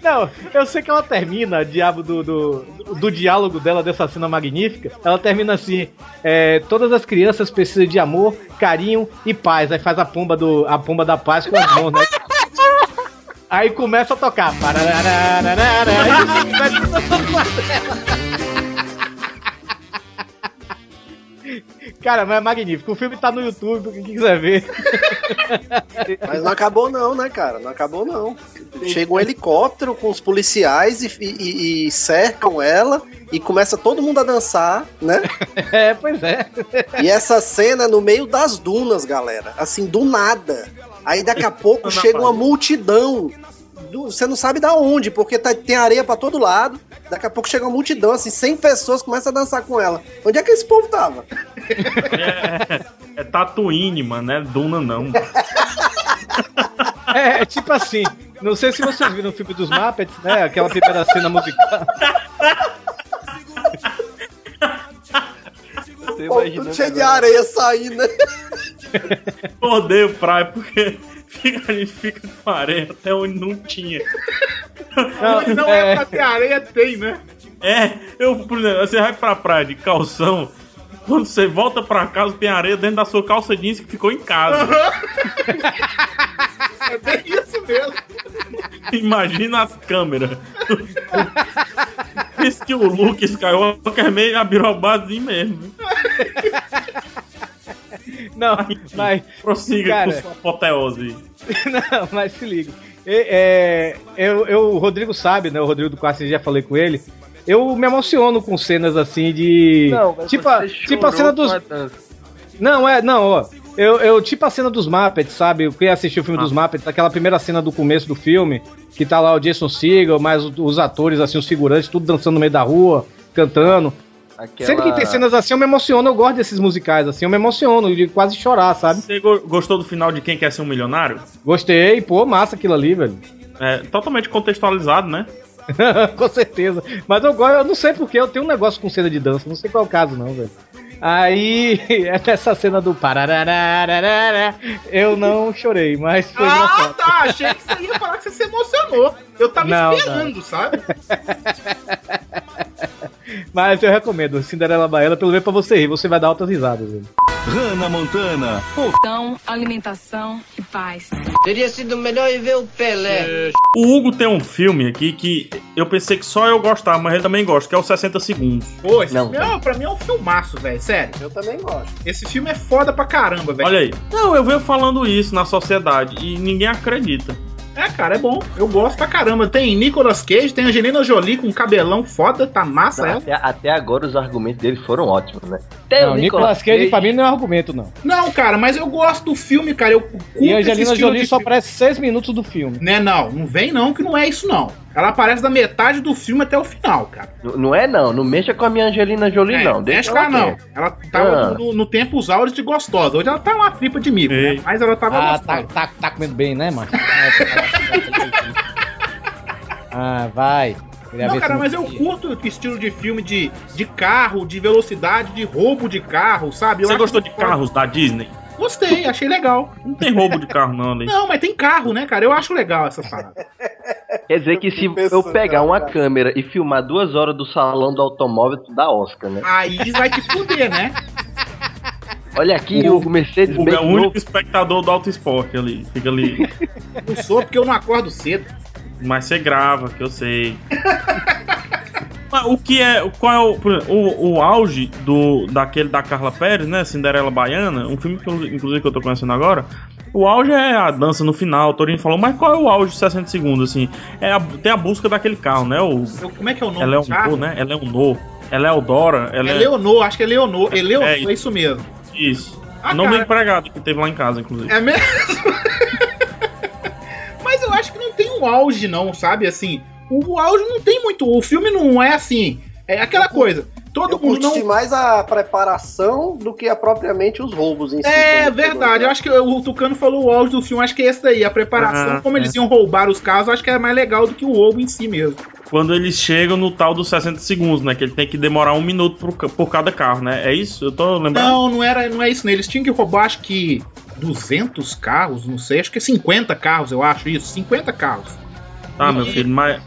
Não, eu sei que ela termina, diabo do, do, do diálogo dela dessa cena magnífica. Ela termina assim: é, todas as crianças precisam de amor, carinho e paz. Aí faz a pomba do a pomba da paz com as mãos, né? Aí começa a tocar. Parararararara. Aí vai tudo essa quadrilha. Cara, mas é magnífico. O filme tá no YouTube, quem quiser ver. Mas não acabou não, né, cara? Não acabou não. Chega um helicóptero com os policiais e, e- e cercam ela e começa todo mundo a dançar, né? É, pois é. E essa cena é no meio das dunas, galera. Assim, do nada. Aí daqui a pouco chega uma multidão. do- Você não sabe da onde, porque tá- tem areia pra todo lado. Daqui a pouco chega uma multidão, assim, 100 pessoas começam a dançar com ela. Onde é que esse povo tava? É Tatooine, mano, é Duna não. É, é tipo assim, não sei se vocês viram o filme dos Muppets, né? Aquela primeira cena musical. Pô, tudo cheio de areia saindo, né? Eu odeio praia porque fica, a gente fica com areia até onde não tinha. Mas não é pra ter areia, tem, né? É, eu, por exemplo, você vai pra praia de calção, quando você volta pra casa tem areia dentro da sua calça jeans que ficou em casa. É bem isso mesmo. Imagina as câmeras. Diz que o Luke Skywalker é meio abirobazinho mesmo. Não, mas. Prossiga cara, com sua apoteose. Não, mas se liga. É, é, eu, eu- o Rodrigo sabe, né? O Rodrigo do Quarto, já falei com ele. Eu me emociono com cenas assim de. tipo, a, tipo a cena dos. Não, é, não, ó. Eu, eu, tipo a cena dos Muppets, sabe? Quem assistiu o filme dos Muppets, aquela primeira cena do começo do filme, que tá lá o Jason Segel, mais o- os atores, assim, os figurantes, tudo dançando no meio da rua, cantando. Sempre que tem cenas assim, eu me emociono, eu gosto desses musicais, assim, eu me emociono, de quase chorar, sabe? Você go- gostou do final de Quem Quer Ser Um Milionário? Gostei, pô, massa aquilo ali, velho. É, totalmente contextualizado, né? com certeza. Mas eu gosto, eu não sei porque eu tenho um negócio com cena de dança, não sei qual é o caso, não, velho. Aí, até essa cena do parararararara, eu não chorei, mas foi Ah, engraçado. tá. Achei que você ia falar que você se emocionou. Eu tava Não, esperando, sabe? Mas eu recomendo, Cinderela Baiana, pelo menos pra você rir, você vai dar altas risadas, velho. Hannah Montana. Então, alimentação e paz. Teria sido melhor ir ver o Pelé. O Hugo tem um filme aqui que eu pensei que só eu gostava, mas ele também gosta, que é o 60 Segundos. Pô, esse Não. filme é- pra mim é um filmaço, velho. Sério. Eu também gosto. Esse filme é foda pra caramba, velho. Olha aí. Não, eu venho falando isso na sociedade e ninguém acredita. É, cara, é bom. Eu gosto pra caramba. Tem Nicolas Cage, tem Angelina Jolie com cabelão foda, tá massa Não, ela. até, até agora os argumentos dele foram ótimos, né? Tem Não, Nicolas Cage pra mim não é argumento, não. Não, cara, mas eu gosto do filme, cara. Eu curto E a Angelina Jolie só filme. aparece seis minutos do filme. Né, não. Não vem não, que não é isso não. Ela aparece da metade do filme até o final, cara. N- Não é não, não mexa com a minha Angelina Jolie É, não. Deixa ela ela não. quieta. Ela tava Ah. no, no tempos áureos de gostosa. Hoje ela tá uma tripa de mico, né? Mas ela tava Ah, tá, gostosa. tá, tá comendo bem, né, mano? ah, vai. Queria Não, ver cara, se mas eu curto o estilo de filme de, de carro, de velocidade, de roubo de carro, sabe? Eu Você acho gostou de foda. carros da Disney? Gostei, achei legal. Não tem roubo de carro não ali. Não, mas tem carro, né, cara? Eu acho legal essa parada. Quer dizer que se eu pegar uma câmera e filmar duas horas do salão do automóvel, tu dá Oscar, né? Aí vai te fuder, né? Olha aqui, o Mercedes Hugo é Benz o novo. único espectador do auto esporte ali. Fica ali. Não sou porque eu não acordo cedo. Mas você grava, que eu sei. Mas o que é. Qual é o, por exemplo, o, o auge do, daquele da Carla Pérez, né? Cinderela Baiana, um filme que eu, inclusive que eu tô conhecendo agora. O auge é a dança no final, o Torinho falou, mas qual é o auge de 60 segundos, assim? É a, tem a busca daquele carro, né? O, Como é que é o nome ela é do um no, né? Ela é um no. Ela é o Dora. Ela é, Eleonor, acho que é Eleonor. Eleonor, é é isso. isso, mesmo. Isso. Nome do cara. empregado que teve lá em casa, inclusive. É mesmo? Mas eu acho que não tem um auge, não, sabe? Assim, o, o auge não tem muito. O filme não é assim. É aquela coisa. Todo Eu mundo não. curti mais a preparação do que a, propriamente os roubos em si. É quando chegou verdade, eu acho que o Tucano falou o auge do filme, acho que é esse daí, a preparação, Ah, como é. eles iam roubar os carros, acho que é mais legal do que o roubo em si mesmo. Quando eles chegam no tal dos 60 segundos, né? Que ele tem que demorar um minuto por, ca- por cada carro, né? É isso? Eu tô lembrando. Não, não era, não é isso, né? Eles tinham que roubar, acho que 200 carros, não sei, acho que é 50 carros, eu acho isso, 50 carros. Tá, meu filho, mas.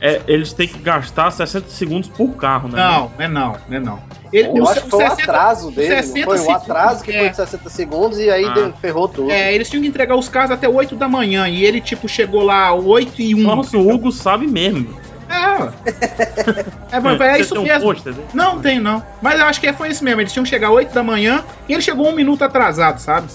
é, eles têm que gastar 60 segundos por carro, né? Não, é não, é não. Ele, Eu os- acho que os foi o 60 atraso os dele, não 60 foi o segundos, atraso que é. foi de 60 segundos e aí Ah. deu- ferrou tudo. É, eles tinham que entregar os carros até 8 da manhã e ele, tipo, chegou lá 8 e 1. Nossa, o Hugo sabe mesmo. É, é, mas é Você isso tem um mesmo. pôster, né? Não tem, não. Mas eu acho que é, foi isso mesmo. Eles tinham que chegar 8 da manhã e ele chegou um minuto atrasado, sabe?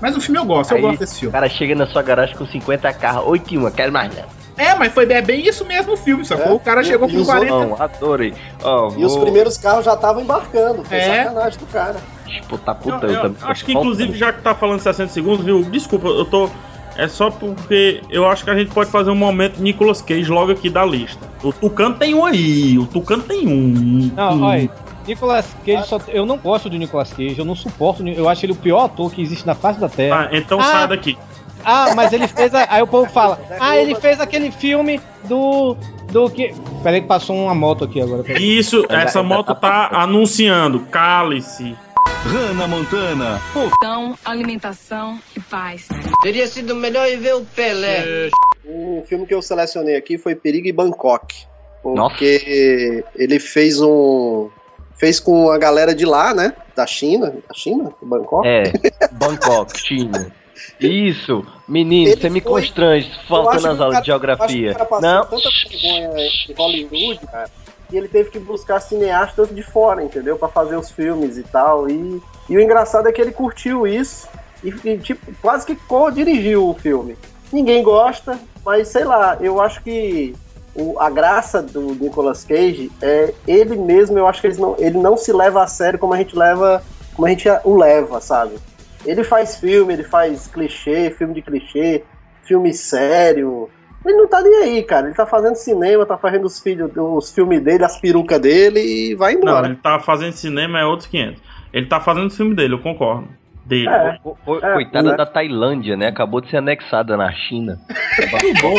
Mas o filme eu gosto, eu Aí, gosto desse filme. O cara chega na sua garagem com 50 carros, 8 e 1, quero mais né? não. É, mas foi é bem isso mesmo o filme, É. sacou? o cara chegou com 40. Então, Não, adorei. Ó, E os vou primeiros carros já estavam embarcando. Foi É. sacanagem do cara. disputar Eu- puta, eu eu também. acho que, inclusive, já que tá falando 60 segundos, viu? Desculpa, eu tô. É só porque eu acho que a gente pode fazer um momento Nicolas Cage logo aqui da lista. O Tucano tem um aí, o Tucano tem um. Não, um. olha, Nicolas Cage, só, eu não gosto do Nicolas Cage, eu não suporto, eu acho ele o pior ator que existe na face da Terra. Ah, é. então Ah. sai daqui. Ah, mas ele fez. a- aí o povo fala, ah, ele fez aquele filme do. do que. Peraí, que passou uma moto aqui agora. peraí. Isso, é, essa moto tá anunciando. Cale-se. Hannah Montana. Portão, alimentação e paz. Teria sido melhor ir ver o Pelé. O Um filme que eu selecionei aqui foi Perigo e Bangkok. Porque ele fez um. Fez com a galera de lá, né? Da China. Da China? Bangkok? É, Bangkok, China. Isso, menino, Ele você me foi- constrange, falta acho nas que o aulas cara- de eu geografia. acho que o cara Não, passou tanta vergonha em Hollywood, cara, e ele teve que buscar cineastas de fora, entendeu? Pra fazer os filmes e tal. E, e o engraçado é que ele curtiu isso e, e, tipo, quase que co-dirigiu o filme. Ninguém gosta, mas sei lá, eu acho que o- a graça do Nicolas Cage é ele mesmo, eu acho que ele não, ele não se leva a sério como a gente leva, como a gente o leva, sabe? Ele faz filme, ele faz clichê, filme de clichê, filme sério. Ele não tá nem aí, cara. Ele tá fazendo cinema, tá fazendo os, filhos, os filmes dele, as perucas dele e vai Não, embora. ele tá fazendo cinema, é outros 500. Ele tá fazendo o filme dele, eu concordo. Dele. É. co- co- É, coitada né? da Tailândia, né? Acabou de ser anexada na China. Muito bom.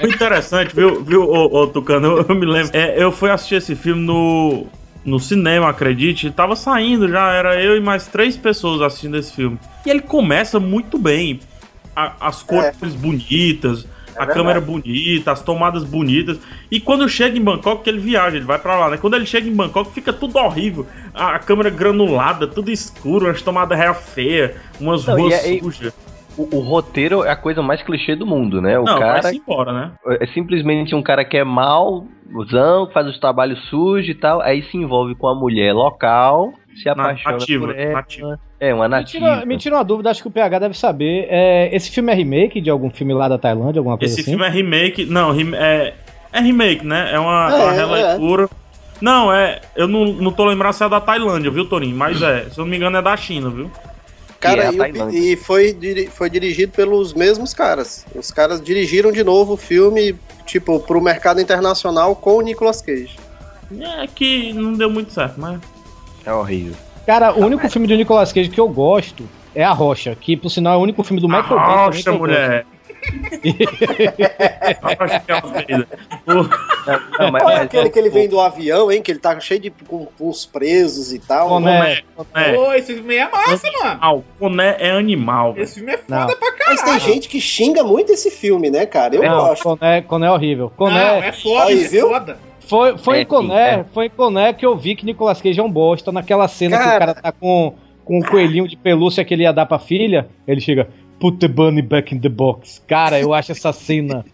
Muito interessante, viu, viu ô, ô, Tucano? Eu, eu me lembro. É, eu fui assistir esse filme no, no cinema, acredite. e Tava saindo já, era eu e mais três pessoas assistindo esse filme. E ele começa muito bem. A- as cores É. bonitas, a verdade. câmera bonita, as tomadas bonitas. E quando chega em Bangkok, que ele viaja, ele vai pra lá, né? Quando ele chega em Bangkok, fica tudo horrível. A, a câmera granulada, tudo escuro, as tomadas real feia, umas Não, e ruas é- e- sujas. O, o roteiro é a coisa mais clichê do mundo, né? O Não, cara vai-se embora, né? é simplesmente um cara que é mauzão, que faz os trabalhos sujos e tal, aí se envolve com a mulher local, se apaixona nativa, por ela. É, uma Me tira, nativa. me tira uma dúvida, acho que o PH deve saber. é, esse filme é remake de algum filme lá da Tailândia, alguma coisa Esse assim? filme é remake. Não, rem- é, é remake, né? É uma, É, uma é, releitura. Não, é. Eu não, não tô lembrando se é da Tailândia, viu, Torinho? Mas é, se eu não me engano, é da China, viu? Cara, e, é o- e foi, diri- foi dirigido pelos mesmos caras. Os caras dirigiram de novo o filme, tipo, pro mercado internacional com o Nicolas Cage. É que não deu muito certo, mas. É horrível. Cara, o único filme do Nicolas Cage que eu gosto é A Rocha, que por sinal é o único filme do Michael Bay também Rocha, que eu mulher! Rocha que é Almeida. então, O- Não, mas- Qual é mas- aquele que ele vem do avião, hein? Que ele tá cheio de com, com os presos e tal. né? Coné, Coné. Pô, esse filme é massa, mano. Ah, o Coné é animal. velho. Esse filme é foda Não. pra caralho. Mas tem gente que xinga muito esse filme, né, cara? Eu Não, gosto. Coné, Coné é horrível. Não, Coné, é foda, Aí, é viu? um foda. Foi, foi É, em Coné, sim, foi em Coné que eu vi que Nicolas Cage é um bosta naquela cena que Cara. o cara tá com, com um coelhinho de pelúcia que ele ia dar pra filha, ele chega, put the bunny back in the box. Cara, eu acho essa cena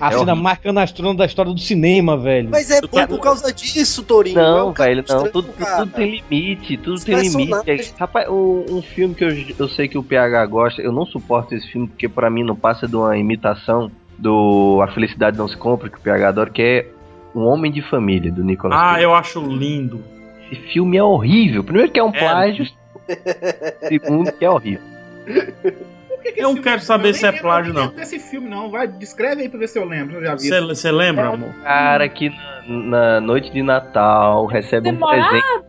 A cena mais canastrona da história do cinema, velho. Mas é bom por causa disso, Torinho. Não, cara velho, não. estranho, Tudo, cara. tudo tem limite, tudo Os tem limite. personagens- Rapaz, um, um filme que eu, eu sei que o PH gosta, eu não suporto esse filme porque pra mim não passa de uma imitação do A Felicidade Não Se Compra, que o PH adora, que é Um Homem de Família, do é Nicolas Ah, eu acho lindo. Esse filme é horrível. Primeiro que é um É. plágio, segundo que é horrível. Eu não quero saber se é plágio, não. Esse filme não, vai, descreve aí pra ver se eu lembro. eu já vi. Você lembra, É. amor? Cara que na, na noite de Natal recebe um Demorado. presente.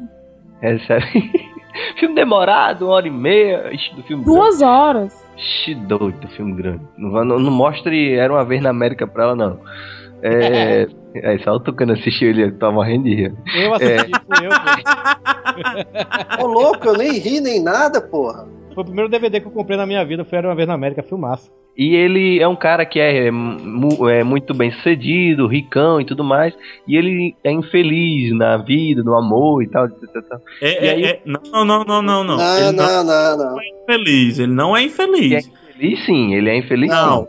Recebe. filme demorado, uma hora e meia. Ixi, do filme Duas horas. Ixi, doido, do filme grande. Não, va- não, não mostre Era uma Vez na América pra ela, não. É. é só o Tucano assistiu ele, tá morrendo de rir. Eu assisti, fui eu, Ô, louco, eu nem ri nem nada, porra. Foi o primeiro DVD que eu comprei na minha vida, foi Era Uma Vez na América, filmaço. E ele é um cara que é, mu- é muito bem sucedido, ricão e tudo mais. E ele é infeliz na vida, no amor e tal. tal, tal, tal. É, E é, aí- é- Não, não, não, não, não. Não, Ele não, não, não. infeliz, ele não é infeliz. Ele é infeliz sim, É. ele é infeliz Não, sim. não.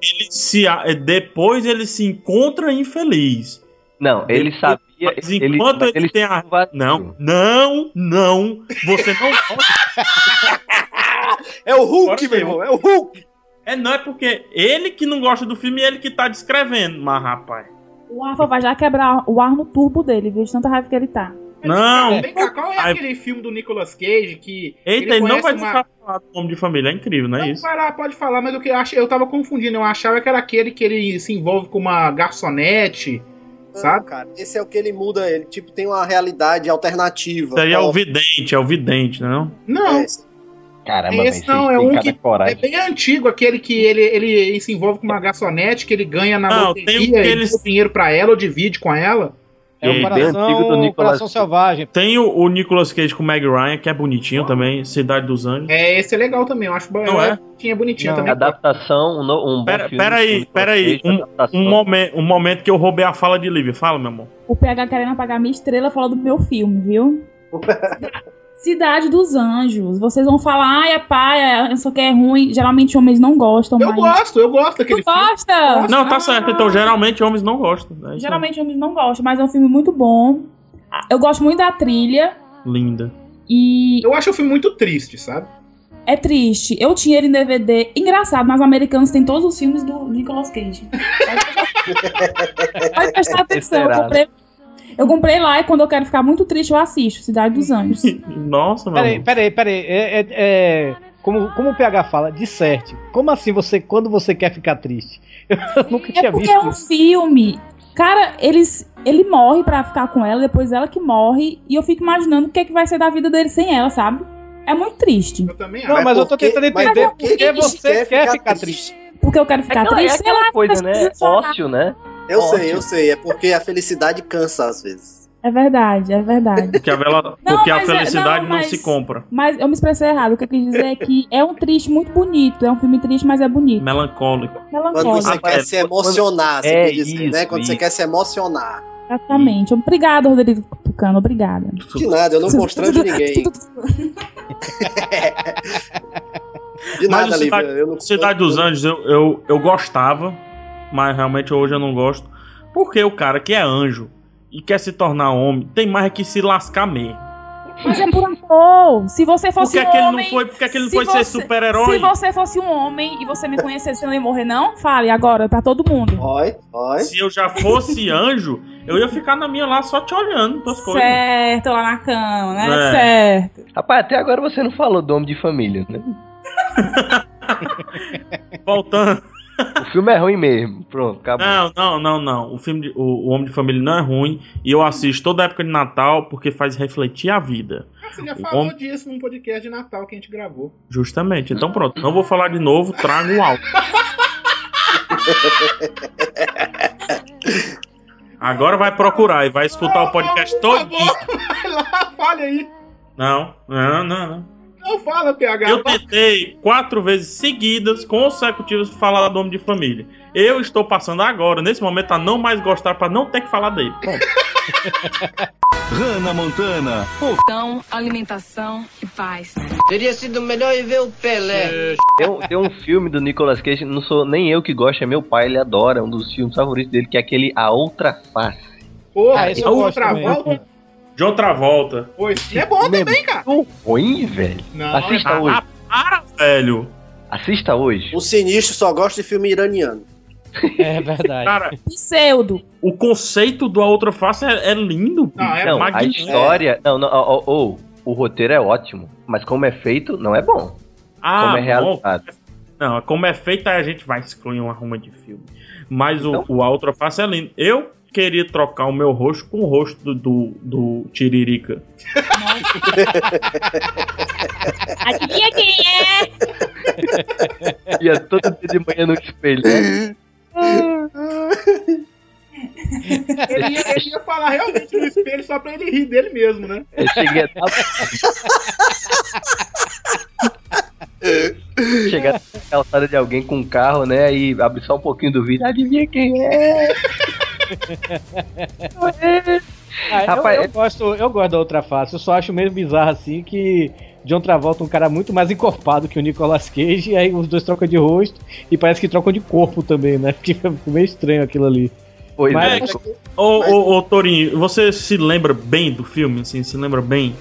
Ele se, a- é, depois ele se encontra infeliz. Não, ele sabia. Mas enquanto ele, tem a. Não, não, não. Você não É o Hulk, meu irmão. É o Hulk. É, não, é porque ele que não gosta do filme e ele que tá descrevendo. Mas, rapaz. O Rafa vai já quebrar o ar no turbo dele, viu? De tanta raiva que ele tá. Não. Vem cá, qual é Ai. aquele filme do Nicolas Cage que. Eita, ele não conhece uma- vai uma... falar do nome de família. É incrível, não é isso? Vai lá, pode falar, mas o que eu, ach... eu tava confundindo. Eu achava que era aquele que ele se envolve com uma garçonete, Sabe? sabe? Cara, esse é o que ele muda. Ele, tipo, tem uma realidade alternativa. é? Isso aí é Ó, o vidente, é o vidente, não? Não, Caramba, esse velho, não, vocês é têm um cada que é bem antigo, aquele que ele, ele se envolve com uma garçonete, que ele É, ganha na Não, loteria tem um que e eles- dá o dinheiro pra ela ou divide com ela. É um o Coração, coração Selvagem. Tem o, o Nicolas Cage com o Meg Ryan, que é bonitinho também, Cidade dos Anjos. É, esse é legal também, eu acho bo- Não eu é? acho que é bonitinho também. Adaptação, um, no- um bom Pera, filme. pera aí, pera aí. Um, um, momen- um momento que eu roubei a fala de Lívia. Fala, meu amor. O PH querendo apagar minha estrela falou do meu filme, viu? Cidade dos Anjos. Vocês vão falar, ai, é paia, isso aqui é ruim. Geralmente homens não gostam, Eu mas. gosto, eu gosto daquele Tu gosta? Não, tá certo. Então, geralmente homens não gostam. É isso aí. Geralmente homens não gostam, mas é um filme muito bom. Eu gosto muito da trilha. Linda. E Eu acho o filme muito triste, sabe? é triste. Eu tinha ele em DVD. Engraçado, mas americanos têm todos os filmes do Nicolas Cage. Pode prestar atenção. Eu Esperado. comprei, eu comprei lá e quando eu quero ficar muito triste, eu assisto Cidade dos Anjos. Nossa, meu Peraí, amor. peraí, peraí. É, é- é- como, como o PH fala, disserte. Como assim você, quando você quer ficar triste? Eu nunca É tinha porque visto é um isso. filme. Cara, eles, ele morre pra ficar com ela, depois ela que morre. E eu fico imaginando o que, é que vai ser da vida dele sem ela, sabe? É muito triste. Eu também Não, mas, eu tô tentando entender por que você quer ficar triste. Porque eu quero ficar Aquela- triste. é sei lá, aquela coisa, fica né? decepcionada. Ócio, né? Eu Ótimo. sei, eu sei. É porque a felicidade cansa às vezes. É verdade, é verdade. Porque a, vela- Não, porque a mas é- felicidade não, não, mas- se compra. Mas eu me expressei errado. O que eu quis dizer é que é um triste muito bonito. É um filme triste, mas é bonito. Melancólico. Quando Melancólico. você Ah, quer é, se emocionar, você é quer dizer, isso, né? Quando você isso. quer se emocionar. Exatamente. Obrigada, Rodrigo Tucano. Obrigada. De nada, eu não constranjo ninguém. De Mas nada, o Cidade, Lívia. Eu não Cidade dos Anjos eu, eu, eu gostava, mas realmente hoje eu não gosto. Porque o cara que é anjo e quer se tornar homem, tem mais que se lascar mesmo. Mas é por amor. Se você Por fosse que, é um que ele não homem. foi, por que, que ele não se foi ser você- super-herói? Se você fosse um homem e você me conhecesse, você não ia morrer, não? Fale agora pra todo mundo. Oi, oi. Se eu já fosse anjo, eu ia ficar na minha lá só te olhando tuas coisas. Certo, lá na cama, né? É. Certo. Rapaz, até agora você não falou do Homem de Família, né? Voltando. O filme é ruim mesmo. Pronto, acabou. Não, não, não, não. O filme de- o, o Homem de Família não é ruim. E eu assisto toda época de Natal porque faz refletir a vida. Ah, Você já O falou homem- disso num podcast de Natal que a gente gravou. Justamente. Então pronto, não vou falar de novo, trago o álcool. Agora vai procurar e vai escutar o podcast todo. Por favor, vai lá, fale aí. Não, não, não, não. Não fala, PH. Eu tentei quatro vezes seguidas, consecutivas, falar do Homem de Família. Eu estou passando agora, nesse momento, a não mais gostar pra não ter que falar dele. Pronto. Hannah Montana. Então, alimentação e paz. Teria sido melhor ir ver o Pelé. Tem um, tem um filme do Nicolas Cage, não sou nem eu que gosto, é meu pai, ele adora, um dos filmes favoritos dele, que é aquele A Outra Face. Porra, Ah, de esse eu gosto outra também. volta. De outra volta. Pois, é bom também, cara. Ruim, velho. Não, Assista é- hoje. Para, velho. Assista hoje. O sinistro só gosta de filme iraniano. É verdade. Cara, Um Pseudo. o conceito do A Outra Face é, é lindo. Não, não, a história. Não, não, oh, oh, oh, o roteiro é ótimo, mas como é feito, não é bom. Ah, como é bom. realizado. Não, como é feita, a gente vai excluir uma ruma de filme. Mas Então? o, o A Outra Face é lindo. Eu queria trocar o meu rosto com o rosto do, do, do Tiririca. Adivinha quem é? Ia todo dia de manhã no espelho. Ele ia, ele ia falar realmente no espelho só pra ele rir dele mesmo, né? Eu cheguei a dar. Chegar na calçada de alguém com um carro, né? E abre só um pouquinho do vidro. Adivinha quem é? Ah, eu- Rapaz, eu, é- gosto, eu gosto da outra face. Eu só acho meio bizarro assim que John Travolta é um cara muito mais encorpado que o Nicolas Cage. E aí os dois trocam de rosto e parece que trocam de corpo também, né? Fica meio estranho aquilo ali. Pois é. Ô, ô, ô, Torinho, você se lembra bem do filme, assim? Se lembra bem?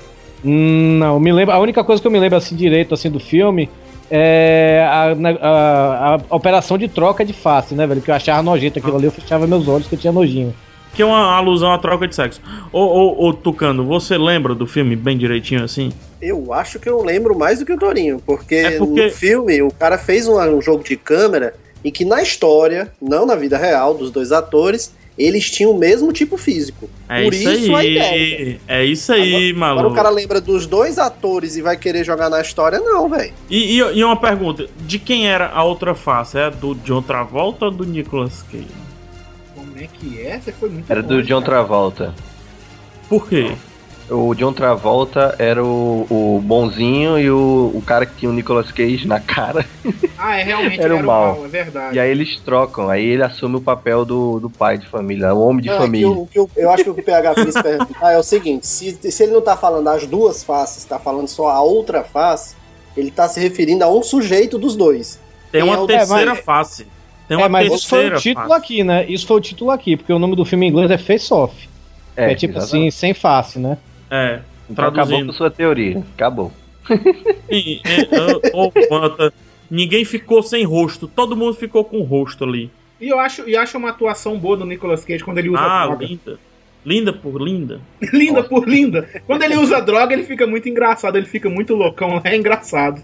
Hum, Não, me lembro. A única coisa que eu me lembro assim direito assim do filme é a, na- a- a operação de troca de face, né, velho? Que eu achava nojento aquilo ali, eu fechava meus olhos que eu tinha nojinho. Que é uma alusão à troca de sexo. Ô, ô, ô, Tucano, você lembra do filme bem direitinho, assim? Eu acho que eu lembro mais do que o Torinho, porque, porque- no filme o cara fez um, um jogo de câmera em que na história, não na vida real, dos dois atores, eles tinham o mesmo tipo físico. É Por isso, isso, a ideia. aí. É isso aí, Agora maluco. o cara lembra dos dois atores e vai querer jogar na história, não, velho. E, e, e uma pergunta: de quem era a outra face? É do John Travolta ou do Nicolas Cage? Como é que é? Você foi muito Era do longe, John cara. Travolta. Por quê? O John Travolta era o, o bonzinho e o, o cara que tinha o Nicolas Cage na cara. Ah, é realmente Era o mal. é verdade. E aí eles trocam, aí ele assume o papel do, do pai de família, o homem de Ah, Não, é que família. o- que o- eu acho que o que o PH quis perguntar é o seguinte: se, se ele não tá falando as duas faces, tá falando só a outra face, ele tá se referindo a um sujeito dos dois. Tem Quem é uma o- terceira É, mas- face. Tem uma É, mas isso foi terceira o título face. aqui, né? Isso foi o título aqui, porque o nome do filme em inglês é Face Off. É, É, tipo exatamente. assim, sem face, né? É, Então acabou traduzindo. com sua teoria, acabou. Sim, é, é, ô, Panta, ninguém ficou sem rosto, todo mundo ficou com o rosto ali. E eu acho, e acho uma atuação boa do Nicolas Cage quando ele usa Ah, droga. linda. Linda por linda. linda por linda. Quando ele usa droga, ele fica muito engraçado, ele fica muito loucão, é engraçado.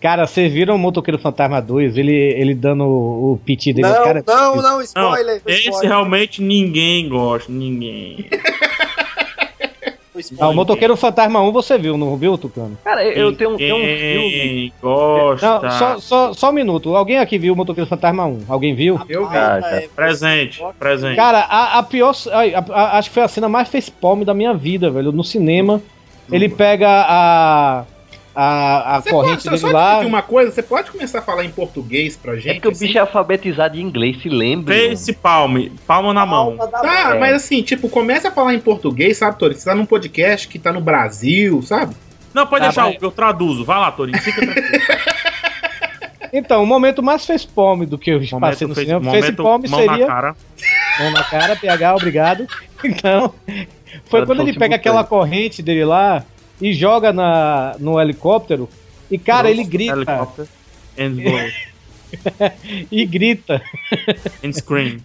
Cara, vocês viram o Motoqueiro Fantasma 2? Ele, ele dando o, o piti dele. Não, cara, não, não. Não, é spoiler. Esse é spoiler. realmente ninguém gosta, ninguém. o Motoqueiro Fantasma 1 você viu, não viu, Tucano? Cara, eu, eu tenho, tenho um filme. Ninguém gosta. Não, só, só, só um minuto. Alguém aqui viu o Motoqueiro Fantasma 1? Alguém viu? Eu vi. é, Presente, presente. Cara, a, a pior. a- a- acho que foi a cena mais face palme da minha vida, velho. No cinema, ele pega a. A, a Você pode, corrente só dele te lá. pedir uma coisa, você pode começar a falar em português pra gente? É porque o bicho é alfabetizado em inglês, se lembra. Face palme, palma na mão. Tá, É. mas assim, tipo, começa a falar em português, sabe, Tori? Você tá num podcast que tá no Brasil, sabe? Não, pode Tá, deixar, mas- eu traduzo. Vai lá, Torinho. Fica tranquilo. Então, o momento mais face palme do que eu passei no face- cinema. momento Face palme mão na seria. cara. Mão na cara, PH, obrigado. Então, foi Tradução quando ele pega simultânea. aquela corrente dele lá e joga na, no helicóptero. E, cara, ele grita. Helicóptero. And blow. e grita. And scream.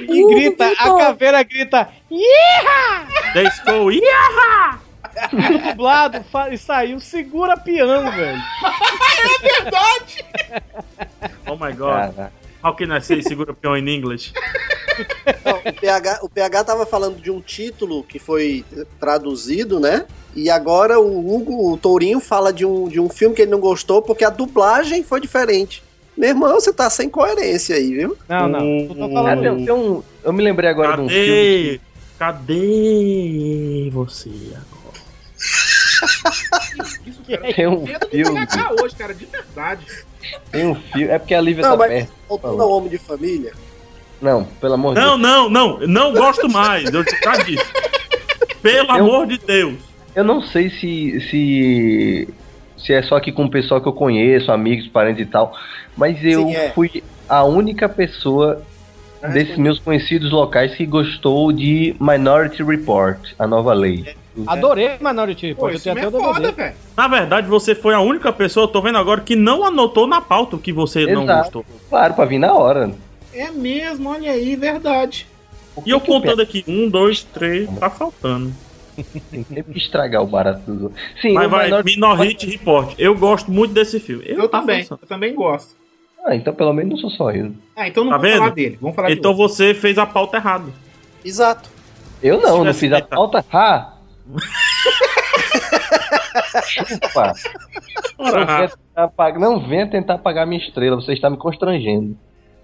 E grita, Um a caveira grita. Iha! They go, "Iha!" Tudo dublado, fa- e saiu, segura peão, velho. é verdade! Oh my god. How can I say segura peão em inglês? O PH, o PH tava falando de um título que foi traduzido, né? E agora o Hugo, o Tourinho, fala de um, de um filme que ele não gostou porque a dublagem foi diferente. Meu irmão, você tá sem coerência aí, viu? Não, não. Não tô Ah, falando. tem- tem um- eu me lembrei agora de um filme. Cadê? Cadê você agora? Tem um Pedro filme. vai cagar é ah, hoje, cara, de verdade. Tem um filme. É porque a Lívia Não, tá mas- perto. Voltando ao Homem de Família, Não, pelo amor de Não, não, não. Não gosto mais. Eu já disse. Pelo amor de Deus. Eu não sei se, se se é só aqui com o pessoal que eu conheço, amigos, parentes e tal, mas eu Sim, é. fui a única pessoa Ah, desses sim. meus conhecidos locais que gostou de Minority Report, a nova lei. É. Adorei Minority Report. eu isso tenho até o mesmo é foda, DVD. velho. Na verdade, você foi a única pessoa, eu tô vendo agora, que não anotou na pauta o que você não Exato. gostou. Claro, pra vir na hora. É mesmo, olha aí, verdade. E eu contando aqui, um, dois, três, tá faltando. Tem sempre que estragar o barato dos outros. Sim, Mas o vai, Minority- Minority Report. Eu gosto muito desse filme. Tá Eu, também, eu também gosto. Ah, então pelo menos não sou só eu. Ah, então não Tá vamos falar vendo? dele, vamos falar de então você fez a pauta errada. Exato. Eu não, não tivesse fiz a feito a- pauta. Ah! Chupa! Não venha tentar apagar- Não venha tentar apagar minha estrela, você está me constrangendo.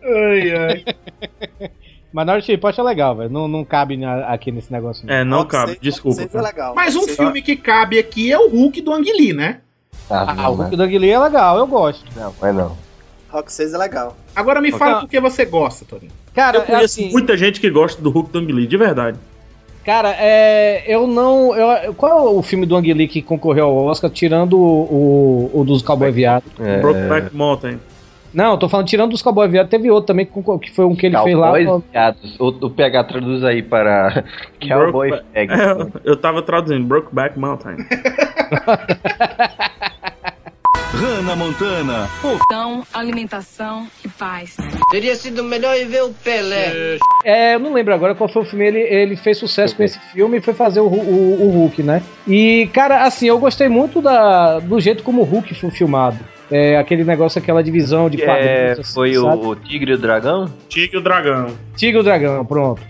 Ai, ai. Minority Report é legal, velho. Não, não cabe na- aqui nesse negócio. É, não cabe, desculpa. Sempre é legal. Mas um Sempre- filme que cabe aqui é o Hulk do Anguili, né? Ah, o Hulk do Aguilê é legal, eu gosto. Tá, Não, é não. Rock 6 é legal. Agora me fala Tá. por que você gosta, Torinho. Cara, Eu é conheço assim, muita gente que gosta do Hulk Dungli, de verdade. cara, é, eu não. eu- qual é o filme do Anguili que concorreu ao Oscar, tirando o, o, o dos Cowboy Viado? É... Brokeback Mountain. Não, eu tô falando tirando dos Cowboy Viado, teve outro também que, concor- que foi um que ele fez lá. Cowboys viados. O, o PH traduz aí para Cowboy Brokeback- Fag. É, eu tava traduzindo, Brokeback Mountain. Hannah Montana. Portão, Então, alimentação e paz. Teria sido melhor ir ver o Pelé. É, eu não lembro agora qual foi o filme. Ele, ele fez sucesso com esse filme e foi fazer o, Hu- o, o Hulk, né? E, cara, assim, eu gostei muito da, do jeito como o Hulk foi filmado. É, aquele negócio, aquela divisão de É, quadrinhos, assim, foi o, sabe? o Tigre e o Dragão? Tigre e o Dragão. Tigre e o Dragão, pronto.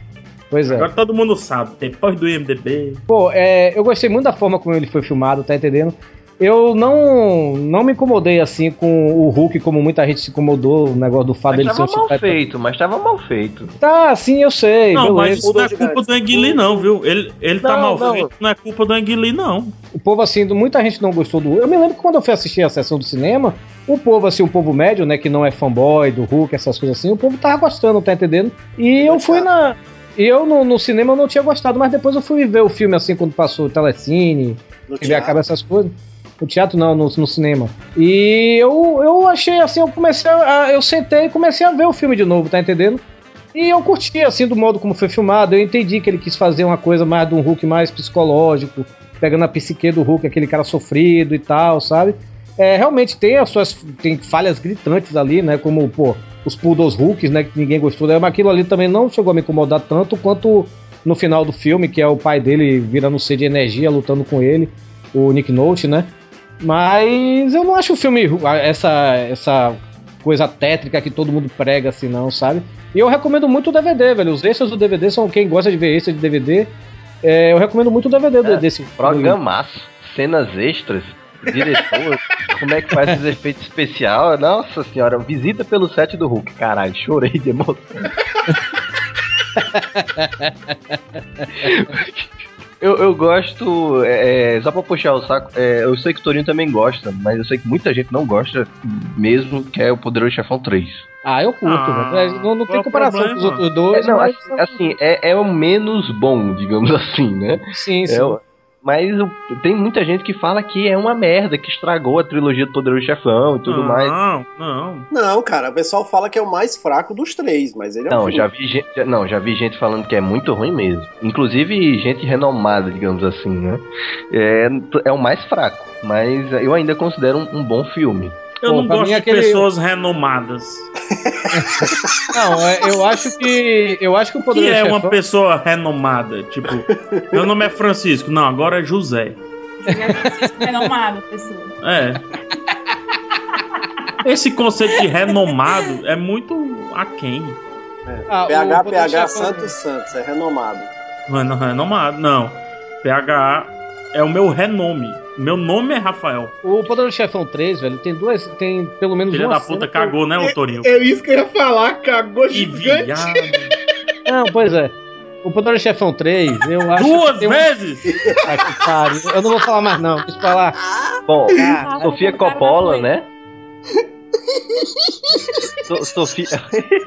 Pois é. Agora todo mundo sabe, depois do IMDB. Pô, é, eu gostei muito da forma como ele foi filmado, tá entendendo? Eu não, não me incomodei assim com o Hulk, como muita gente se incomodou, o negócio do fato Mas dele ser tava um mal super- feito, mas tava mal feito. Tá, sim, eu sei. não, mas beleza. isso não é culpa do Anguili, não, viu? Ele, ele tá Não, mal não. feito, não é culpa do Anguili, não. O povo, assim, muita gente não gostou do. Eu me lembro que quando eu fui assistir a sessão do cinema, o povo, assim, o povo médio, né, que não é fanboy do Hulk, essas coisas assim, o povo tava gostando, tá entendendo? E eu fui na. E eu no, no cinema eu não tinha gostado, mas depois eu fui ver o filme, assim, quando passou o Telecine, No TV teatro. acaba essas coisas. No teatro não, no, no cinema. E eu, eu achei assim, eu comecei a. Eu sentei e comecei a ver o filme de novo, tá entendendo? E eu curti, assim, do modo como foi filmado. Eu entendi que ele quis fazer uma coisa mais de um Hulk mais psicológico, pegando a psique do Hulk, aquele cara sofrido e tal, sabe? É, realmente tem as suas tem falhas gritantes ali, né? Como, pô, os Poodles Hulks, né? Que ninguém gostou, né? Mas aquilo ali também não chegou a me incomodar tanto quanto no final do filme, que é o pai dele virando C de energia, lutando com ele, o Nick Note, né? Mas eu não acho o filme ru- a- essa, essa coisa tétrica que todo mundo prega assim, não, sabe? E eu recomendo muito o DVD, velho. Os extras do DVD são quem gosta de ver extras de DVD. é, eu recomendo muito o DVD do- É, desse filme. Programaço, cenas extras, diretor, como é que faz os efeitos especiais. Nossa senhora, visita pelo set do Hulk. Caralho, chorei de emoção. Eu, eu gosto, é, é, só pra puxar o saco, é, eu sei que o Torinho também gosta, mas eu sei que muita gente não gosta mesmo, que é o Poderoso Chefão 3. Ah, eu curto, Ah, velho. É, Não, não qual é tem o comparação com os problema? outros dois. É, não, mas- assim, assim, é, é o menos bom, digamos assim, né? sim, sim. É, o- mas o- tem muita gente que fala que é uma merda, que estragou a trilogia do Poderoso Chefão e tudo não, mais. não. Não, cara, o pessoal fala que é o mais fraco dos três, mas ele é um Não filme. já, vi gente, já- não, já vi gente falando que é muito ruim mesmo. Inclusive gente renomada, digamos assim, né? É, é o mais fraco, mas eu ainda considero um, um bom filme. Eu Pô, não pra gosto mim de aquele- pessoas renomadas. Não, é, eu acho que. Eu acho que o Que Poderoso é Chefão. uma pessoa renomada, tipo, meu nome é Francisco, não, agora é José. Renomado, pessoa. É. Esse conceito de renomado é muito aquém. Ah, o PH, Poderoso PH, Chefão- Santos Santos, é renomado. Não é renomado, não. PH é o meu renome. Meu nome é Rafael. O Poderoso Chefão 3, velho, tem duas. Tem pelo menos Filha uma da cena puta que- cagou, né, ô Torinho? É isso que eu ia falar, cagou Que gigante. viado. Não, pois é. O Poderoso Chefão 3, eu acho. Duas que tem um- vezes? Ah, que pariu. Eu não vou falar mais, não. Deixa eu falar. Bom, Ah, Sofia cara, Coppola, foi. né? So- Sofia.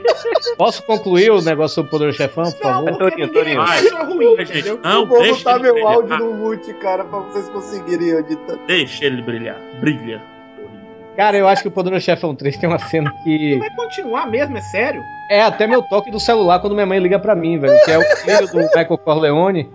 Posso concluir o negócio sobre o Poder Chefão, por é favor? Torinho, Torinho. gente. Eu Não, vou deixa botar ele meu brilhar. áudio no mute, cara, pra vocês conseguirem editar. Deixa ele brilhar. Brilha. Cara, eu acho que o Poderoso Chefão 3 tem uma cena que. Vai continuar mesmo, é sério? É até meu toque do celular quando minha mãe liga pra mim, velho. Que é o filho do Michael Corleone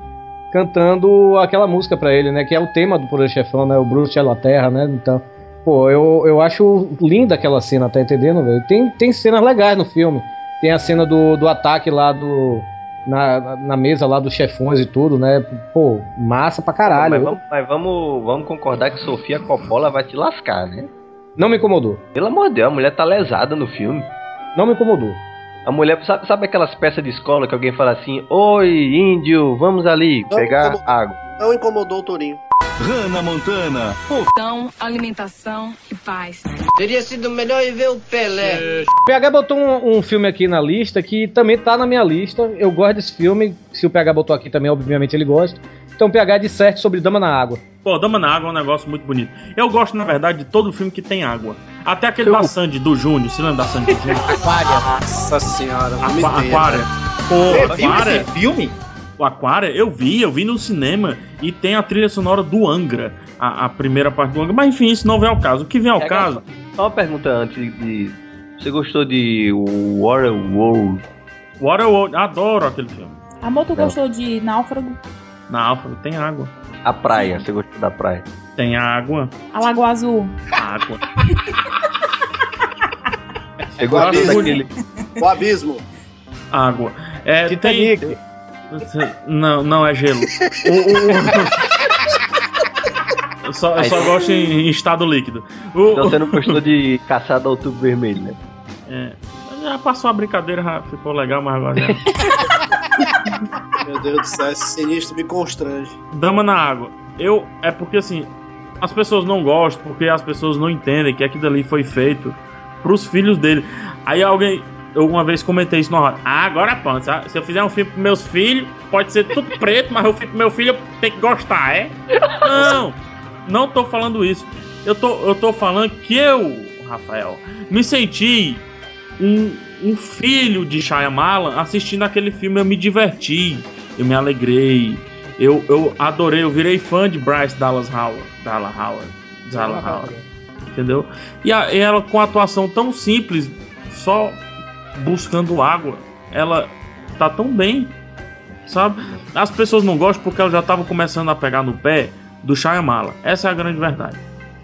cantando aquela música pra ele, né? Que é o tema do Poder Chefão, né? O Bruce é a Terra, né? Então, pô, eu, eu acho linda aquela cena, tá entendendo, velho? Tem, tem cenas legais no filme. Tem a cena do, do ataque lá do. Na, na- na mesa lá dos chefões e tudo, né? Pô, massa pra caralho. Mas, vamos, mas vamos, vamos concordar que Sofia Coppola vai te lascar, né? Não me incomodou. Pelo amor de Deus, a mulher tá lesada no filme. Não me incomodou. A mulher, sabe, sabe aquelas peças de escola que alguém fala assim: Oi, índio, vamos ali pegar água. Não incomodou o Torinho. Hannah Montana. Portão, Então, alimentação e paz. Teria sido melhor ir ver o Pelé. O PH botou um, um filme aqui na lista que também tá na minha lista. Eu gosto desse filme. Se o PH botou aqui também, obviamente ele gosta. Então, PH disserte sobre Dama na Água. Pô, Dama na Água é um negócio muito bonito. Eu gosto, na verdade, de todo filme que tem água. Até aquele da Sandy, do Júnior. Se lembra da Sandy do Júnior? Aquária. Nossa senhora, Aqua- me dê, Aquária. né? Pô, Você viu Aquária. esse filme? O Aquária, eu vi, eu vi no cinema e tem a trilha sonora do Angra, a, a primeira parte do Angra. Mas enfim, isso não vem ao caso. O que vem ao Pega caso. Só, só uma pergunta antes de. Você gostou de Waterworld? Waterworld, adoro aquele filme. Amor, tu Não. gostou de Náufrago? Na África tem água. A praia, você gostou da praia? Tem água. A Lagoa Azul. Água. Você gostou Abismo. daquele. O abismo. Água. É, Titanic. Tem... Não, não é gelo. Eu só, eu só gosto em, em estado líquido. O- Então você não gostou de caçar do outubro vermelho, né? É, já passou a brincadeira, já ficou legal, mas agora já. é. Meu Deus do céu, esse sinistro me constrange. Dama na água. Eu. É porque assim. As pessoas não gostam, porque as pessoas não entendem que aquilo ali foi feito pros filhos dele. Aí alguém. Eu uma vez comentei isso na hora. Ah, agora pronto, sabe? Se eu fizer um filme pros meus filhos, pode ser tudo preto, mas o filme pro meu filho tem que gostar, é? Não! Não tô falando isso. Eu tô, eu tô falando que eu, Rafael, me senti um, um filho de Shyamalan assistindo aquele filme. Eu me diverti, eu me alegrei, eu, eu adorei, eu virei fã de Bryce Dallas Howard. Dallas Howard. Dallas Howard. Entendeu? E, a- e ela com a atuação tão simples, só buscando água, ela tá tão bem, sabe? As pessoas não gostam porque ela já tava começando a pegar no pé do Shyamalan. Essa é a grande verdade.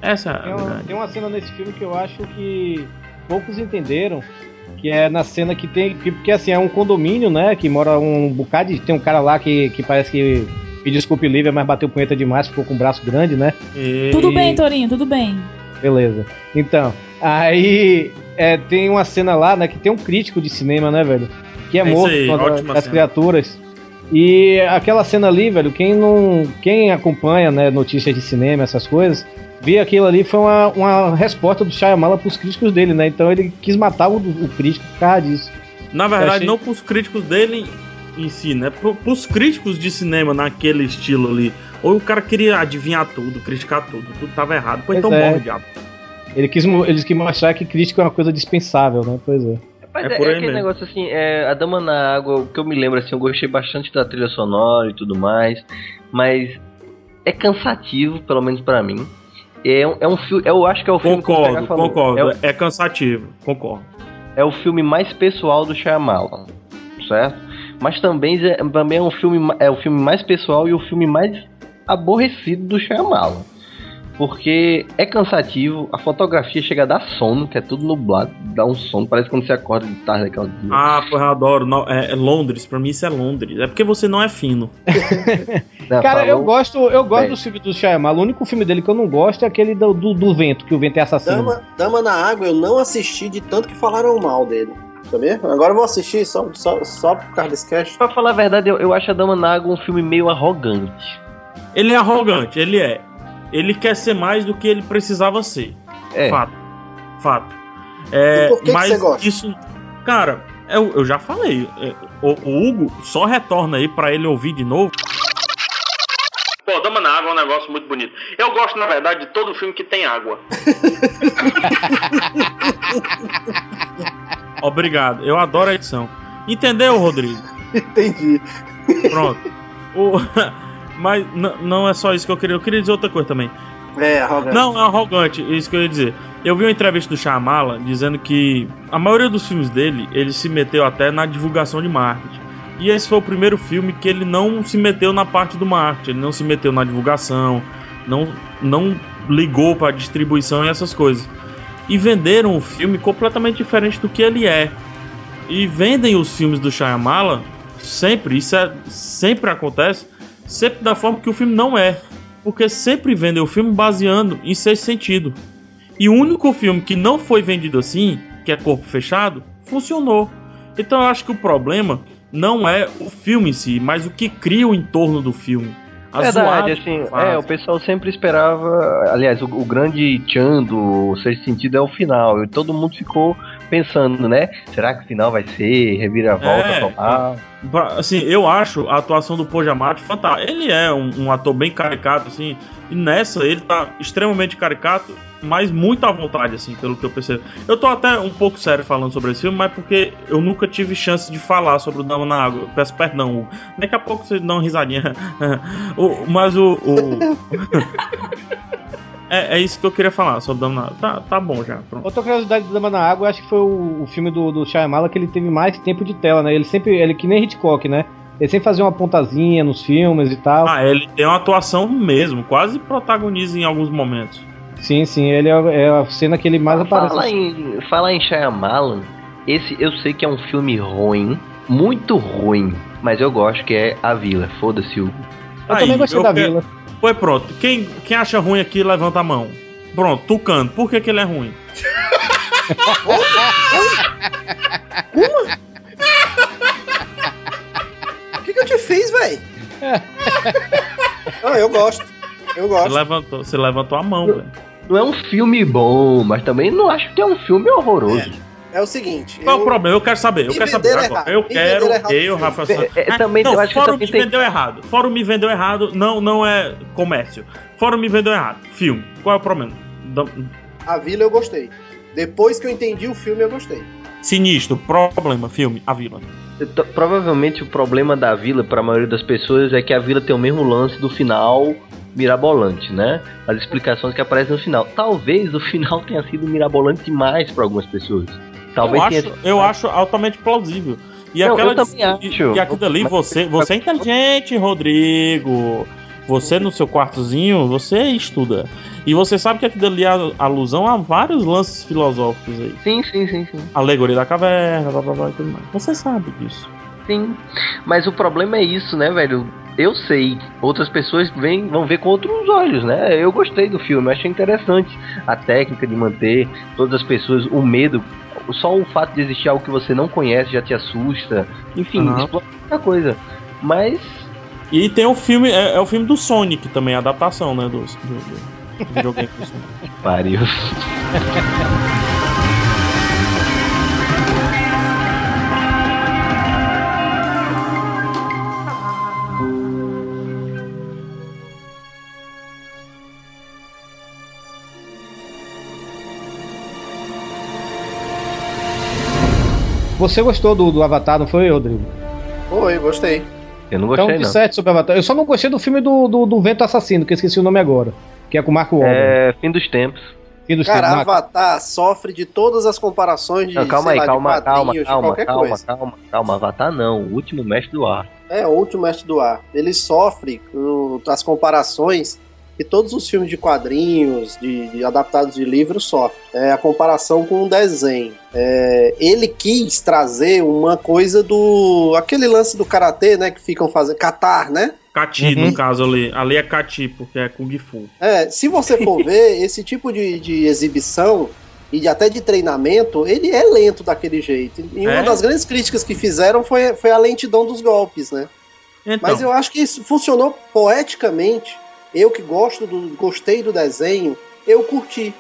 Essa é a Tem uma, grande. tem uma cena nesse filme que eu acho que poucos entenderam. Que é na cena que tem. que- Porque assim, é um condomínio, né? Que mora um bocado. de- Tem um cara lá que, que parece que pediu desculpa e livre, mas bateu punheta demais, ficou com o braço grande, né? Tudo E- bem, Torinho, tudo bem. Beleza. Então, aí é, tem uma cena lá, né, que tem um crítico de cinema, né, velho? Que é, É isso morto aí, ótima das cena. criaturas. E aquela cena ali, velho, quem não. Quem acompanha, né, notícias de cinema, essas coisas, vê aquilo ali foi uma, uma resposta do Shyamala pros críticos dele, né? Então ele quis matar o, o crítico por causa disso. Na verdade, achei- não pros críticos dele em, em si, né? Pro, pros críticos de cinema naquele estilo ali. Ou o cara queria adivinhar tudo, criticar tudo, tudo tava errado. Pois Pois então é. morre, diabo. Ele quis, mo- ele quis mostrar que crítico é uma coisa dispensável, né? Pois é. Mas É é, por é aí aquele mesmo. negócio assim, é, a Dama na Água, o que eu me lembro assim, eu gostei bastante da trilha sonora e tudo mais, mas é cansativo, pelo menos pra mim. É, um- é um filme, eu acho que é o filme que o Concordo, PH falou. concordo. É, o- É, cansativo, concordo. é o filme mais pessoal do Shyamalan, certo? Mas também é, também é um filme ma- é o filme mais pessoal e o filme mais aborrecido do Shyamalan. Porque é cansativo, a fotografia chega a dar sono, que é tudo nublado, dá um sono, parece quando você acorda de tarde aquela Ah, porra, eu adoro. No- é, é Londres, pra mim isso é Londres. É porque você não é fino. Cara, eu gosto, eu gosto Bem. do filme do Shyamala. O único filme dele que eu não gosto é aquele do, do, do vento, que o vento é assassino. Dama, Dama na Água eu não assisti de tanto que falaram mal dele. Tá mesmo? Agora eu vou assistir só, só, só por causa desse cast. Pra falar a verdade, eu, eu acho a Dama na Água um filme meio arrogante. Ele é arrogante, ele é. Ele quer ser mais do que ele precisava ser. É. Fato. Fato. É, E por que que mas você gosta? isso. Cara, eu, eu já falei. é, O, o Hugo só retorna aí pra ele ouvir de novo. Pô, Dama na Água é um negócio muito bonito. Eu gosto, na verdade, de todo filme que tem água. Obrigado. Eu adoro a edição. Entendeu, Rodrigo? Entendi. Pronto. O- Mas n- não é só isso que eu queria. Eu queria dizer outra coisa também. É, arrogante. Não, é arrogante, é isso que eu ia dizer. Eu vi uma entrevista do Shyamala dizendo que a maioria dos filmes dele, ele se meteu até na divulgação de marketing. E esse foi o primeiro filme que ele não se meteu na parte do marketing, ele não se meteu na divulgação, não, não ligou para distribuição e essas coisas. E venderam o filme completamente diferente do que ele é. E vendem os filmes do Shyamala sempre, isso é, sempre acontece, sempre da forma que o filme não é. Porque sempre vendem o filme baseando em sexto sentido. E o único filme que não foi vendido assim, que é Corpo Fechado, funcionou. Então eu acho que o problema não é o filme em si, mas o que cria o entorno do filme. A zoada Verdade, que assim, faz. é, o pessoal sempre esperava. Aliás, o, o grande tchan do Sexto Sentido é o final. E todo mundo ficou pensando, né? Será que o final vai ser reviravolta É, total? Pra- Assim, eu acho a atuação do Pojamati fantástica. Ele é um, um ator bem caricato, assim, e nessa ele tá extremamente caricato, mas muito à vontade, assim, pelo que eu percebo. Eu tô até um pouco sério falando sobre esse filme, mas porque eu nunca tive chance de falar sobre o Dama na Água. Eu peço perdão, Hugo. Daqui a pouco vocês dão uma risadinha. O- mas o. o- é, é isso que eu queria falar sobre o Dama na Água. Tá, tá bom já, pronto. Outra curiosidade do Dama na Água, acho que foi o, o filme do, do Shyamala que ele teve mais tempo de tela, né? Ele sempre, ele que nem Hitchcock, né? Ele sempre fazia uma pontazinha nos filmes e tal. Ah, ele tem uma atuação mesmo, quase protagoniza em alguns momentos. Sim, sim, ele é, é a cena que ele mais Fala aparece. em, fala em Shyamalan, esse eu sei que é um filme ruim, muito ruim, mas eu gosto que é A Vila, foda-se o... Eu também gostei da Vila. Foi pronto. Quem, quem acha ruim aqui, levanta a mão. Pronto, Tucano, por que, que ele é ruim? O que, que eu te fiz, velho? Não, eu gosto. Eu Você gosto. levantou, você levantou a mão, velho. Não é um filme bom, mas também não acho que é um filme horroroso. É o seguinte. Qual eu- o problema? Eu quero saber, eu Me quero saber venderam agora. errado, Eu me quero, venderam errado. eu, Rafa É, Santos. é, Ah, também, não, eu acho que fora o também me tem- vendeu errado. Fora o me vendeu errado, não, não é comércio. Fora o me vendeu errado. Filme. Qual é o problema? Dam- A Vila eu gostei. Depois que eu entendi o filme, eu gostei. Sinistro, problema, filme, a vila. T- Provavelmente o problema da vila, para a maioria das pessoas, é que a vila tem o mesmo lance do final mirabolante, né? As explicações que aparecem no final. Talvez o final tenha sido mirabolante demais para algumas pessoas. Talvez eu tenha acho, eu acho altamente plausível. E Não, aquela eu também e- acho. e aquilo ali, você, você é inteligente, Rodrigo. Você no seu quartozinho, você estuda. E você sabe que aquilo ali é alusão a vários lances filosóficos aí. Sim, sim, sim, sim. Alegoria da caverna, blá blá blá e tudo mais. Você sabe disso. Sim. Mas o problema é isso, né, velho? Eu sei. Outras pessoas vêm, vão ver com outros olhos, né? Eu gostei do filme, achei interessante a técnica de manter todas as pessoas, o medo. Só o fato de existir algo que você não conhece já te assusta. Enfim, Aham. explora muita coisa. Mas. E tem o filme, é, é o filme do Sonic também, a adaptação, né? Do, do, do, do videogame do Sonic. Pariu. Você gostou do, do Avatar, não foi, Rodrigo? Oi, gostei. Eu não então, de 7 sobre Avatar. Eu só não gostei do filme do, do, do Vento Assassino, que eu esqueci o nome agora. Que é com o Marco Wahlberg. É, fim dos tempos. Fim dos Cara, tempos. Marco. Avatar sofre de todas as comparações de. Não, calma sei aí, lá, de calma, calma, quadrinhos, de calma, qualquer calma, coisa. calma, calma. Avatar não, o último mestre do ar. É, o último mestre do ar. Ele sofre com as comparações que todos os filmes de quadrinhos, de, de adaptados de livros sofrem. É a comparação com um desenho. É, ele quis trazer uma coisa do. aquele lance do karatê, né? Que ficam fazendo. Catar, né? Kati, Uhum. no caso ali. Ali é Kati, porque é Kung Fu. É, se você for ver, esse tipo de, de exibição e de- até de treinamento, ele é lento daquele jeito. E É? uma das grandes críticas que fizeram foi, foi a lentidão dos golpes, né? Então. Mas eu acho que isso funcionou poeticamente. Eu que gosto do. gostei do desenho, eu curti.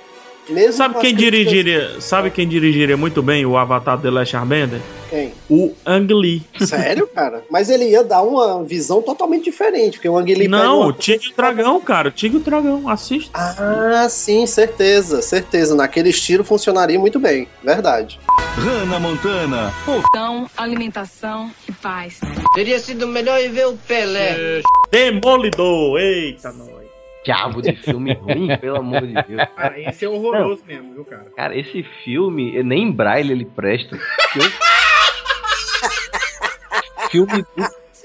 Mesmo com Sabe as quem críticas- dirigiria? Sabe quem dirigiria muito bem o Avatar The Last Airbender? Quem? O Ang Lee. Sério, cara? Mas ele ia dar uma visão totalmente diferente, porque o Anguili tá Não, o Tigre e o Dragão, cara. O Tigre e o Dragão, assista. Ah, sim, certeza, certeza. Naquele estilo funcionaria muito bem, verdade. Hannah Montana. Portão, Então, alimentação e paz. Teria sido melhor ir ver o Pelé. Demolidor, eita nós. Diabo de filme ruim, Hum, pelo amor de Deus. Cara, esse é horroroso mesmo, viu, cara? Cara, esse filme, nem em braille ele presta. Que eu- filme do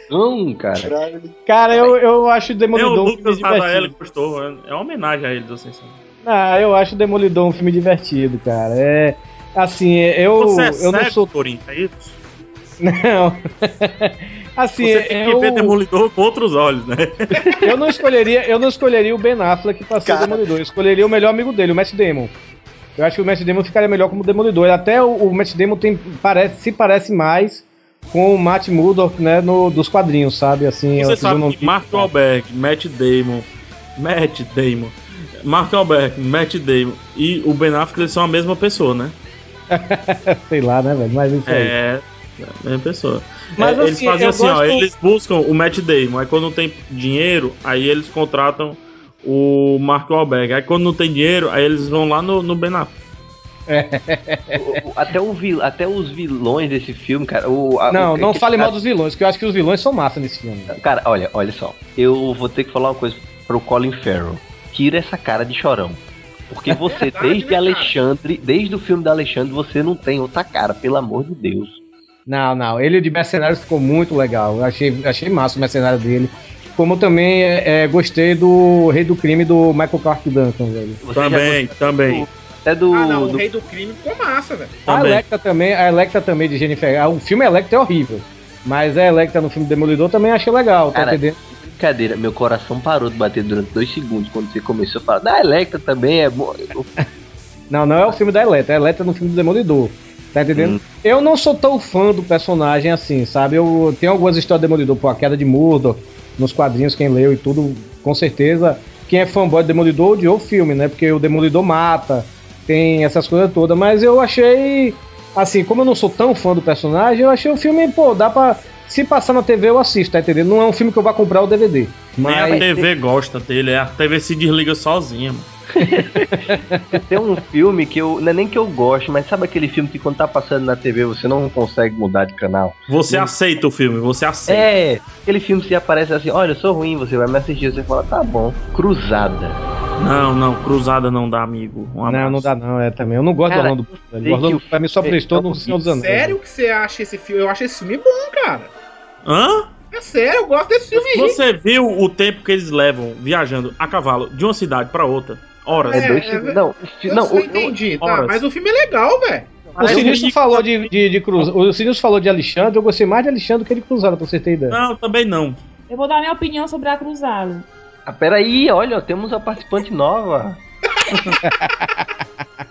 cão, cara. Cara, eu, eu acho Nem o Demolidor um filme Lucas Rafael divertido. gostou. É é uma homenagem a ele, do Ascensão. Ah, eu acho Demolidor um filme divertido, cara. É. Assim, eu, Você é eu não cego, sou. Torinho, é isso? Não. assim, Você tem que eu, ver Demolidor com outros olhos, né? eu não escolheria, eu não escolheria o Ben Affleck pra ser o Demolidor. Eu escolheria o melhor amigo dele, o Matt Damon. Eu acho que o Matt Damon ficaria melhor como Demolidor. Até o, o Matt Damon tem, parece, se parece mais com o Matt Murdock, né, no, dos quadrinhos, sabe? Assim, eu- Você eu não- sabe que é Mark Wahlberg, Matt Damon, Matt Damon, Mark Wahlberg, Matt Damon e o Ben Affleck eles são a mesma pessoa, né? sei lá, né, velho? Mas isso aí. É, é a mesma pessoa. Mas, É, eles assim, fazem eu assim, ó, gosto- eles buscam o Matt Damon, aí quando não tem dinheiro, aí eles contratam o Mark Wahlberg. Aí quando não tem dinheiro, aí eles vão lá no, no Ben Affleck. O- o- até, o vil- até os vilões desse filme, cara. O, a- Não, o- não que- é? fale a- mal dos vilões, que eu acho que os vilões são massa nesse filme. Cara, olha, olha só. Eu vou ter que falar uma coisa pro Colin Farrell. Tira essa cara de chorão. É Porque você, né, desde Alexandre, desde o filme da Alexandre, você não tem outra cara, pelo amor de Deus. Não, não. Ele de mercenários ficou muito legal. Eu Achei, achei massa o mercenário dele. Como eu também é, é, gostei do Rei do Crime do Michael Clark Duncan, velho. Também, também. Até do. Ah, não, o Rei do Crime ficou massa, velho. A Electra também, a Electra também de Jennifer. ah, O filme Electra é horrível. Mas a Electra no filme Demolidor também achei legal, tá Cara, entendendo? brincadeira, meu coração parou de bater durante dois segundos quando você começou a falar. Da Electra também é bom. Não, não é o filme da Electra, a Electra é no filme do Demolidor. Tá entendendo? Eu não sou tão fã do personagem assim, sabe? Eu tenho algumas histórias do Demolidor, pô, a queda de Murdoch, nos quadrinhos, quem leu e tudo, com certeza. Quem é fanboy do Demolidor odiou o filme, né? Porque o Demolidor mata, tem essas coisas todas. Mas eu achei. Assim, como eu não sou tão fã do personagem, eu achei o filme, pô, dá pra. Se passar na TV, eu assisto, tá entendendo? Não é um filme que eu vá comprar o DVD. Mas. Nem a TV gosta dele, é, a TV se desliga sozinha, mano. Tem um filme que eu. Não é nem que eu gosto, mas sabe aquele filme que quando tá passando na TV você não consegue mudar de canal? Você aceita o filme, você aceita. É, aquele filme que você aparece assim, olha, eu sou ruim, você vai me assistir, você fala, tá bom, cruzada. Não, não, cruzada não dá, amigo. Um É. Não, não dá não, é também. Eu não gosto Cara, do Orlando Bloom, velho. O Orlando Bloom pra mim só prestou no Senhor dos Anéis. Sério que você acha esse filme? Eu acho esse filme bom, cara. Hã? É sério, eu gosto desse filme aí. Você viu o tempo que eles levam viajando a cavalo de uma cidade pra outra? Horas. É, É dois- é, não, o fi- Eu só entendi, tá? horas. Mas o filme é legal, velho. O Ah, Sinistro falou de, de, de Cruz. O Sinistro falou de Alexandre, eu gostei mais de Alexandre do que de Cruzado, pra você ter ideia. Não, também não. Eu vou dar minha opinião sobre a Cruzada. Ah, peraí, olha, ó, temos uma participante nova.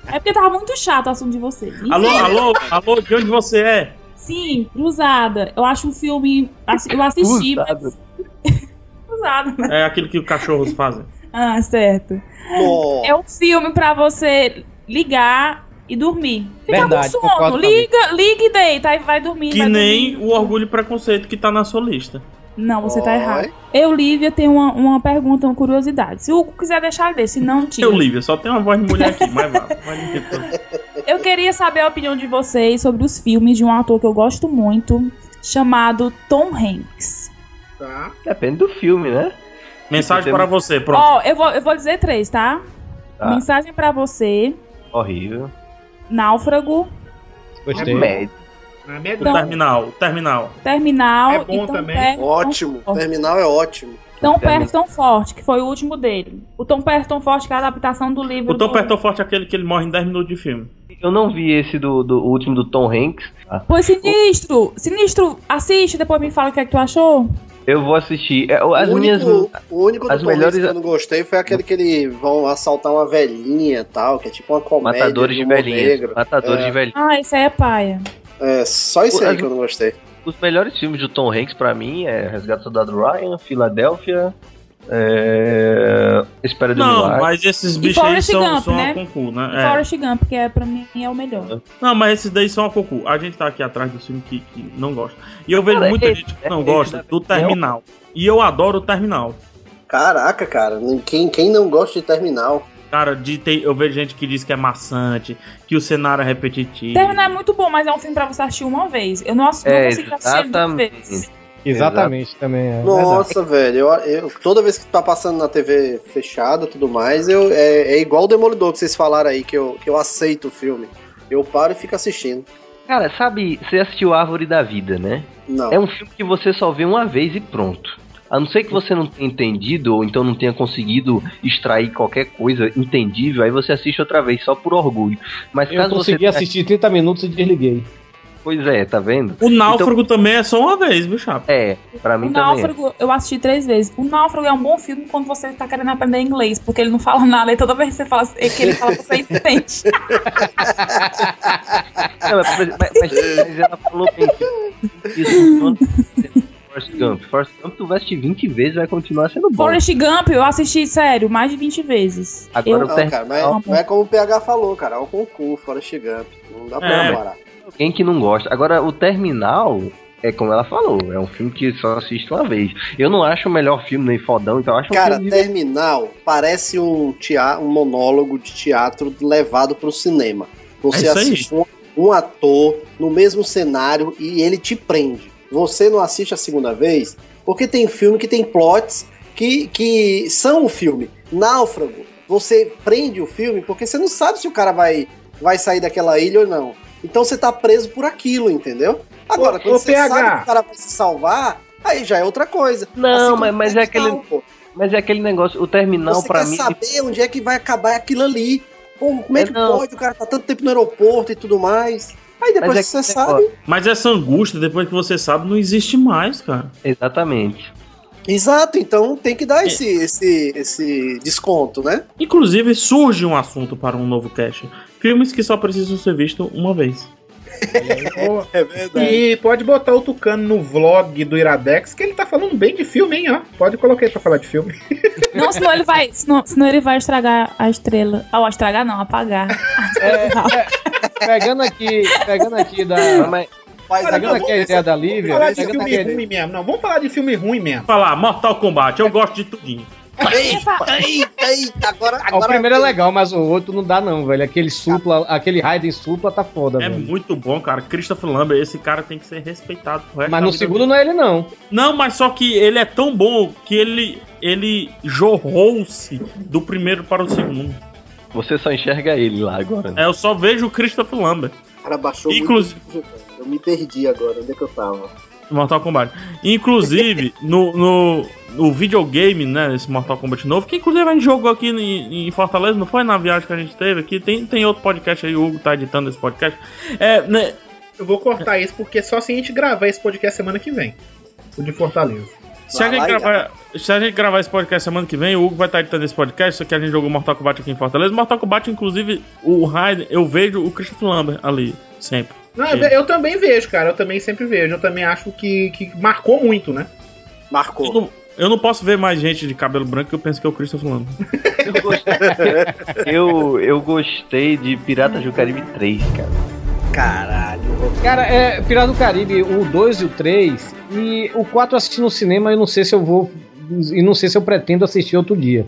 É porque tava muito chato o assunto de vocês. Alô, Enfim. alô, alô, de onde você é? Sim, Cruzada. Eu acho um filme. assi- Eu assisti. mas- Cruzada. Cruzada. É aquilo que os cachorros fazem. Ah, certo. Nossa. É um filme pra você ligar e dormir. Fica Verdade, com concordo sono. com Liga, liga e deita, aí vai dormir. Que vai nem dormir. o orgulho e preconceito que tá na sua lista. Não, você tá Oi. errado. Eu, Lívia, tenho uma, uma pergunta, uma curiosidade. Se o Hugo quiser deixar, ele deixa. Se não, tira. Eu, Lívia, só tem uma voz de mulher aqui, mas vá. vai me retornar. Eu queria saber a opinião de vocês sobre os filmes de um ator que eu gosto muito, chamado Tom Hanks. Tá. Depende do filme, né? Mensagem Tipo, para temos- você, pronto. Ó, eu, vou, eu vou dizer três, tá? Tá. Mensagem pra você, Horrível. Náufrago, Gostei. Médio. então- O terminal, o terminal. Terminal É bom e Tão também. Perto, Ótimo, Terminal é ótimo. Tão Perto, Tão Forte, que foi o último dele. O Tão Perto, Tão Forte, que é a adaptação do livro O Tom do- Pertão Forte é aquele que ele morre em 10 minutos de filme. Eu não vi esse do, do último do Tom Hanks. Ah, Pois Sinistro, Sinistro, assiste, depois me fala o que é que tu achou. Eu vou assistir. É, As o, minhas. único, o único do as Tom Hanks melhores- que eu não gostei foi aquele que eles vão assaltar uma velhinha e tal, que é tipo uma comédia. Matadores de humor velhinhas. negro. Matadores É. de velhinhas. Ah, esse aí é paia. É, só isso aí que eu não gostei. Os melhores filmes do Tom Hanks pra mim é Resgate do Soldado Ryan, Filadélfia. É... Espera de um Não, milagre. mas esses E bichos aí Forrest são, Gump, são né? a concurso, né? É. Forrest Gump, que é, pra mim é o melhor. Não, mas esses daí são a cocô. A gente tá aqui atrás do filme que, que não gosta. E eu vejo muita gente né? que não gosta do Terminal. E eu adoro o Terminal. Caraca, cara. Quem, quem não gosta de Terminal? Cara, de ter- eu vejo gente que diz que é maçante, que o cenário é repetitivo. Terminar é muito bom, mas é um filme pra você assistir uma vez. Eu não, assisti, É, não consegui assistir duas vezes. Tá Exatamente, também. É verdade. Nossa, velho, eu, eu- toda vez que tá passando na TV fechada e tudo mais, eu, é, é igual o Demolidor que vocês falaram aí, que eu, que eu aceito o filme. Eu paro e fico assistindo. Cara, sabe, você assistiu Árvore da Vida, né? Não. É um filme que você só vê uma vez e pronto. A não ser que você não tenha entendido, ou então não tenha conseguido extrair qualquer coisa entendível, aí você assiste outra vez, só por orgulho. Mas Eu caso consegui você. assistir 30 minutos e desliguei. Pois é, tá vendo? O Náufrago Então- também é só uma vez, viu, Chapa? É, pra O mim também. é. Náufrago, eu assisti três vezes. O Náufrago é um bom filme quando você tá querendo aprender inglês, porque ele não fala nada e toda vez que você fala, é que ele fala, você entende. Tá Não, mas, mas- mas- mas ela falou bem que isso quando você assiste Forrest Gump. Forrest Gump tu veste 20 vezes vai continuar sendo bom. Forrest Gump, eu assisti, sério, mais de 20 vezes. Agora eu... o Não, cara, mas Terminal- não é como o PH falou, cara. É o concurso, fora chegando. Não dá pra É. comparar. Quem que não gosta? Agora, o Terminal é como ela falou, é um filme que só assiste uma vez. Eu não acho o melhor filme nem fodão, então eu acho Cara, um filme Terminal parece um, tea- um monólogo de teatro levado pro cinema. Você É isso aí. assiste um, um ator no mesmo cenário e ele te prende. Você não assiste a segunda vez porque tem filme que tem plots que, que são o filme. Náufrago, você prende o filme porque você não sabe se o cara vai, vai sair daquela ilha ou não. Então você tá preso por aquilo, entendeu? Agora, Ô, quando ô, você PH. sabe que o cara vai se salvar, aí já é outra coisa. Não, Assim mas, como mas é aquele. Terminal, pô. Mas é aquele negócio, o terminal Você pra quer mim. saber onde é que vai acabar aquilo ali. Pô, como é É, que não. pode? O cara tá tanto tempo no aeroporto e tudo mais. Aí depois Mas é que você que- sabe. Mas essa angústia, depois que você sabe, não existe mais, cara. Exatamente. Exato, então tem que É. dar esse, esse, esse desconto, né? Inclusive, surge um assunto para um novo cast. Filmes que só precisam ser vistos uma vez. É verdade. E pode botar o Tucano no vlog do Iradex, que ele tá falando bem de filme, hein, ó. Pode colocar ele pra falar de filme. Não, senão ele vai. Senão, senão ele vai estragar a estrela. Ah, ó, estragar não, apagar. Pegando aqui, pegando aqui da. Mas Pegando aqui a ideia da Vamos Lívia. falar de pegando filme aquele- ruim mesmo. Não, vamos falar de filme ruim mesmo. Falar, Mortal Kombat, eu gosto de tudinho. Eita, eita, tá? agora. Ah, o primeiro é legal, mas o outro não dá, não, velho. Aquele supla, aquele Raiden supla tá foda, É velho. muito bom, cara. Christopher Lambert, esse cara tem que ser respeitado. pro resto Mas da no vida segundo não é ele, não. Não, mas só que ele é tão bom que ele, ele jorrou-se do primeiro para o segundo. Você só enxerga ele lá agora. né? É, eu só vejo o Christopher Lambert. O cara baixou Inclusive- muito. Eu me perdi agora, onde é que eu tava? Mortal Kombat. Inclusive, no, no, no videogame, né, esse Mortal Kombat novo, que inclusive a gente jogou aqui em, em Fortaleza, não foi na viagem que a gente teve aqui? Tem, tem outro podcast aí, o Hugo tá editando esse podcast. É, né, Eu vou cortar isso porque só se a gente gravar esse podcast semana que vem. O de Fortaleza. se, a gente gravar, se a gente gravar esse podcast semana que vem, o Hugo vai estar editando esse podcast, só que a gente jogou Mortal Kombat aqui em Fortaleza. Mortal Kombat, inclusive, o Raiden, eu vejo o Christopher Lambert ali, sempre. Não, Ele. eu, eu também vejo, cara. Eu também sempre vejo. Eu também acho que, que marcou muito, né? Eu Marcou. não, eu não posso ver mais gente de cabelo branco que eu penso que é o Christopher Lambert. Eu, eu gostei de Piratas do Caribe 3, cara. Caralho. Cara, é Pirata do Caribe, o 2 e o 3, e o 4 eu assisti no cinema e não sei se eu vou. E não sei se eu pretendo assistir outro dia.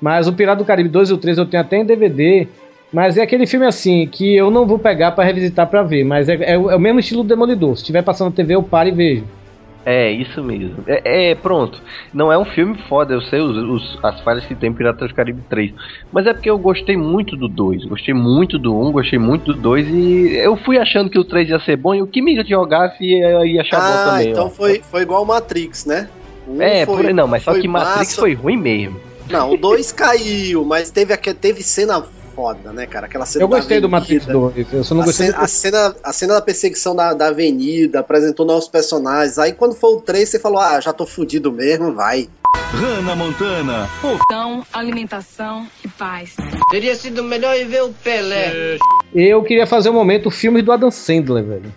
Mas o Pirata do Caribe 2 e o 3 eu tenho até em DVD. Mas é aquele filme assim que eu não vou pegar pra revisitar pra ver. Mas é, é o é o mesmo estilo do Demolidor. Se tiver passando na TV, eu paro e vejo. É, isso mesmo. É, é, pronto. Não é um filme foda, eu sei os, os- as falhas que tem em Piratas do Caribe 3. Mas é porque eu gostei muito do 2. Gostei muito do 1, gostei muito do 2. E eu fui achando que o 3 ia ser bom e o que me jogasse eu ia achar bom ah, também. então ó. foi, foi igual o Matrix, né? Um é, foi- por aí não, mas só foi que Matrix massa. foi ruim mesmo. Não, o 2 caiu, mas teve, aque- teve cena foda, né, cara? Aquela cena Eu da gostei do avenida. Matrix 2. Eu só não a, gostei. cena, do- a, cena, a cena da perseguição da, da avenida, apresentou novos personagens. Aí quando foi o 3, você falou, ah, já tô fudido mesmo, vai. Hannah Montana. Então, alimentação e paz. Teria sido melhor ir ver o Pelé. Eu queria fazer um momento o filme do Adam Sandler, velho.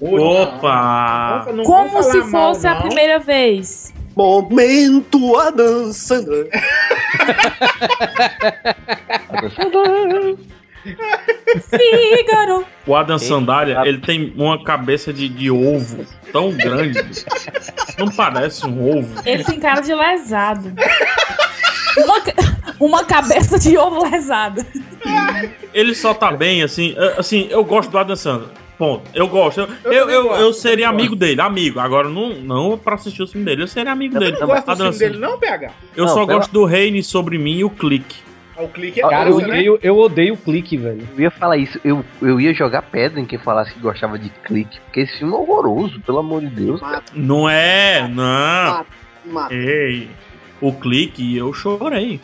Opa! Como se fosse a primeira vez. Momento a dança. Fígaro. O Adam Sandália, ele tem uma cabeça de, de ovo tão grande. bicho. Não parece um ovo. Ele tem cara de lesado. Uma, ca- uma cabeça de ovo lesada. Ele só tá bem, assim. é, Assim, eu gosto do Adam Sandler. Ponto. Eu gosto. Eu, eu, eu, eu seria amigo dele, amigo. Agora, não, não pra assistir o filme dele. Eu seria amigo Você dele. não gosta do Adam filme dele, Sandler. não, PH? Eu Não, só pela- gosto do Reine sobre mim e o clique. O clique é Cara, eu coisa, né? odeio, eu odeio o clique, velho. Ah, Eu ia falar isso, eu, eu ia jogar pedra em quem falasse que gostava de clique, porque esse filme é horroroso, pelo amor de Deus. Não é, Ah. não. Mata. Ei, o clique, eu chorei.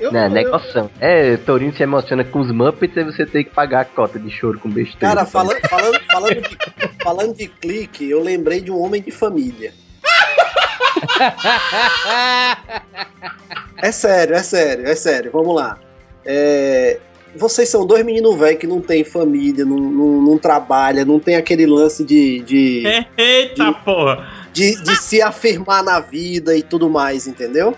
Não, não é emoção. É, Tourinho se emociona com os Muppets e você tem que pagar a cota de choro com besteira. Cara, falando, falando, falando, de, falando de clique, eu lembrei de um homem de família. É sério, é sério, é sério. Vamos lá. É, vocês são dois meninos velhos que não tem família, não, não, não trabalha, não tem aquele lance de. de... Eita porra! de, de se afirmar na vida e tudo mais, entendeu?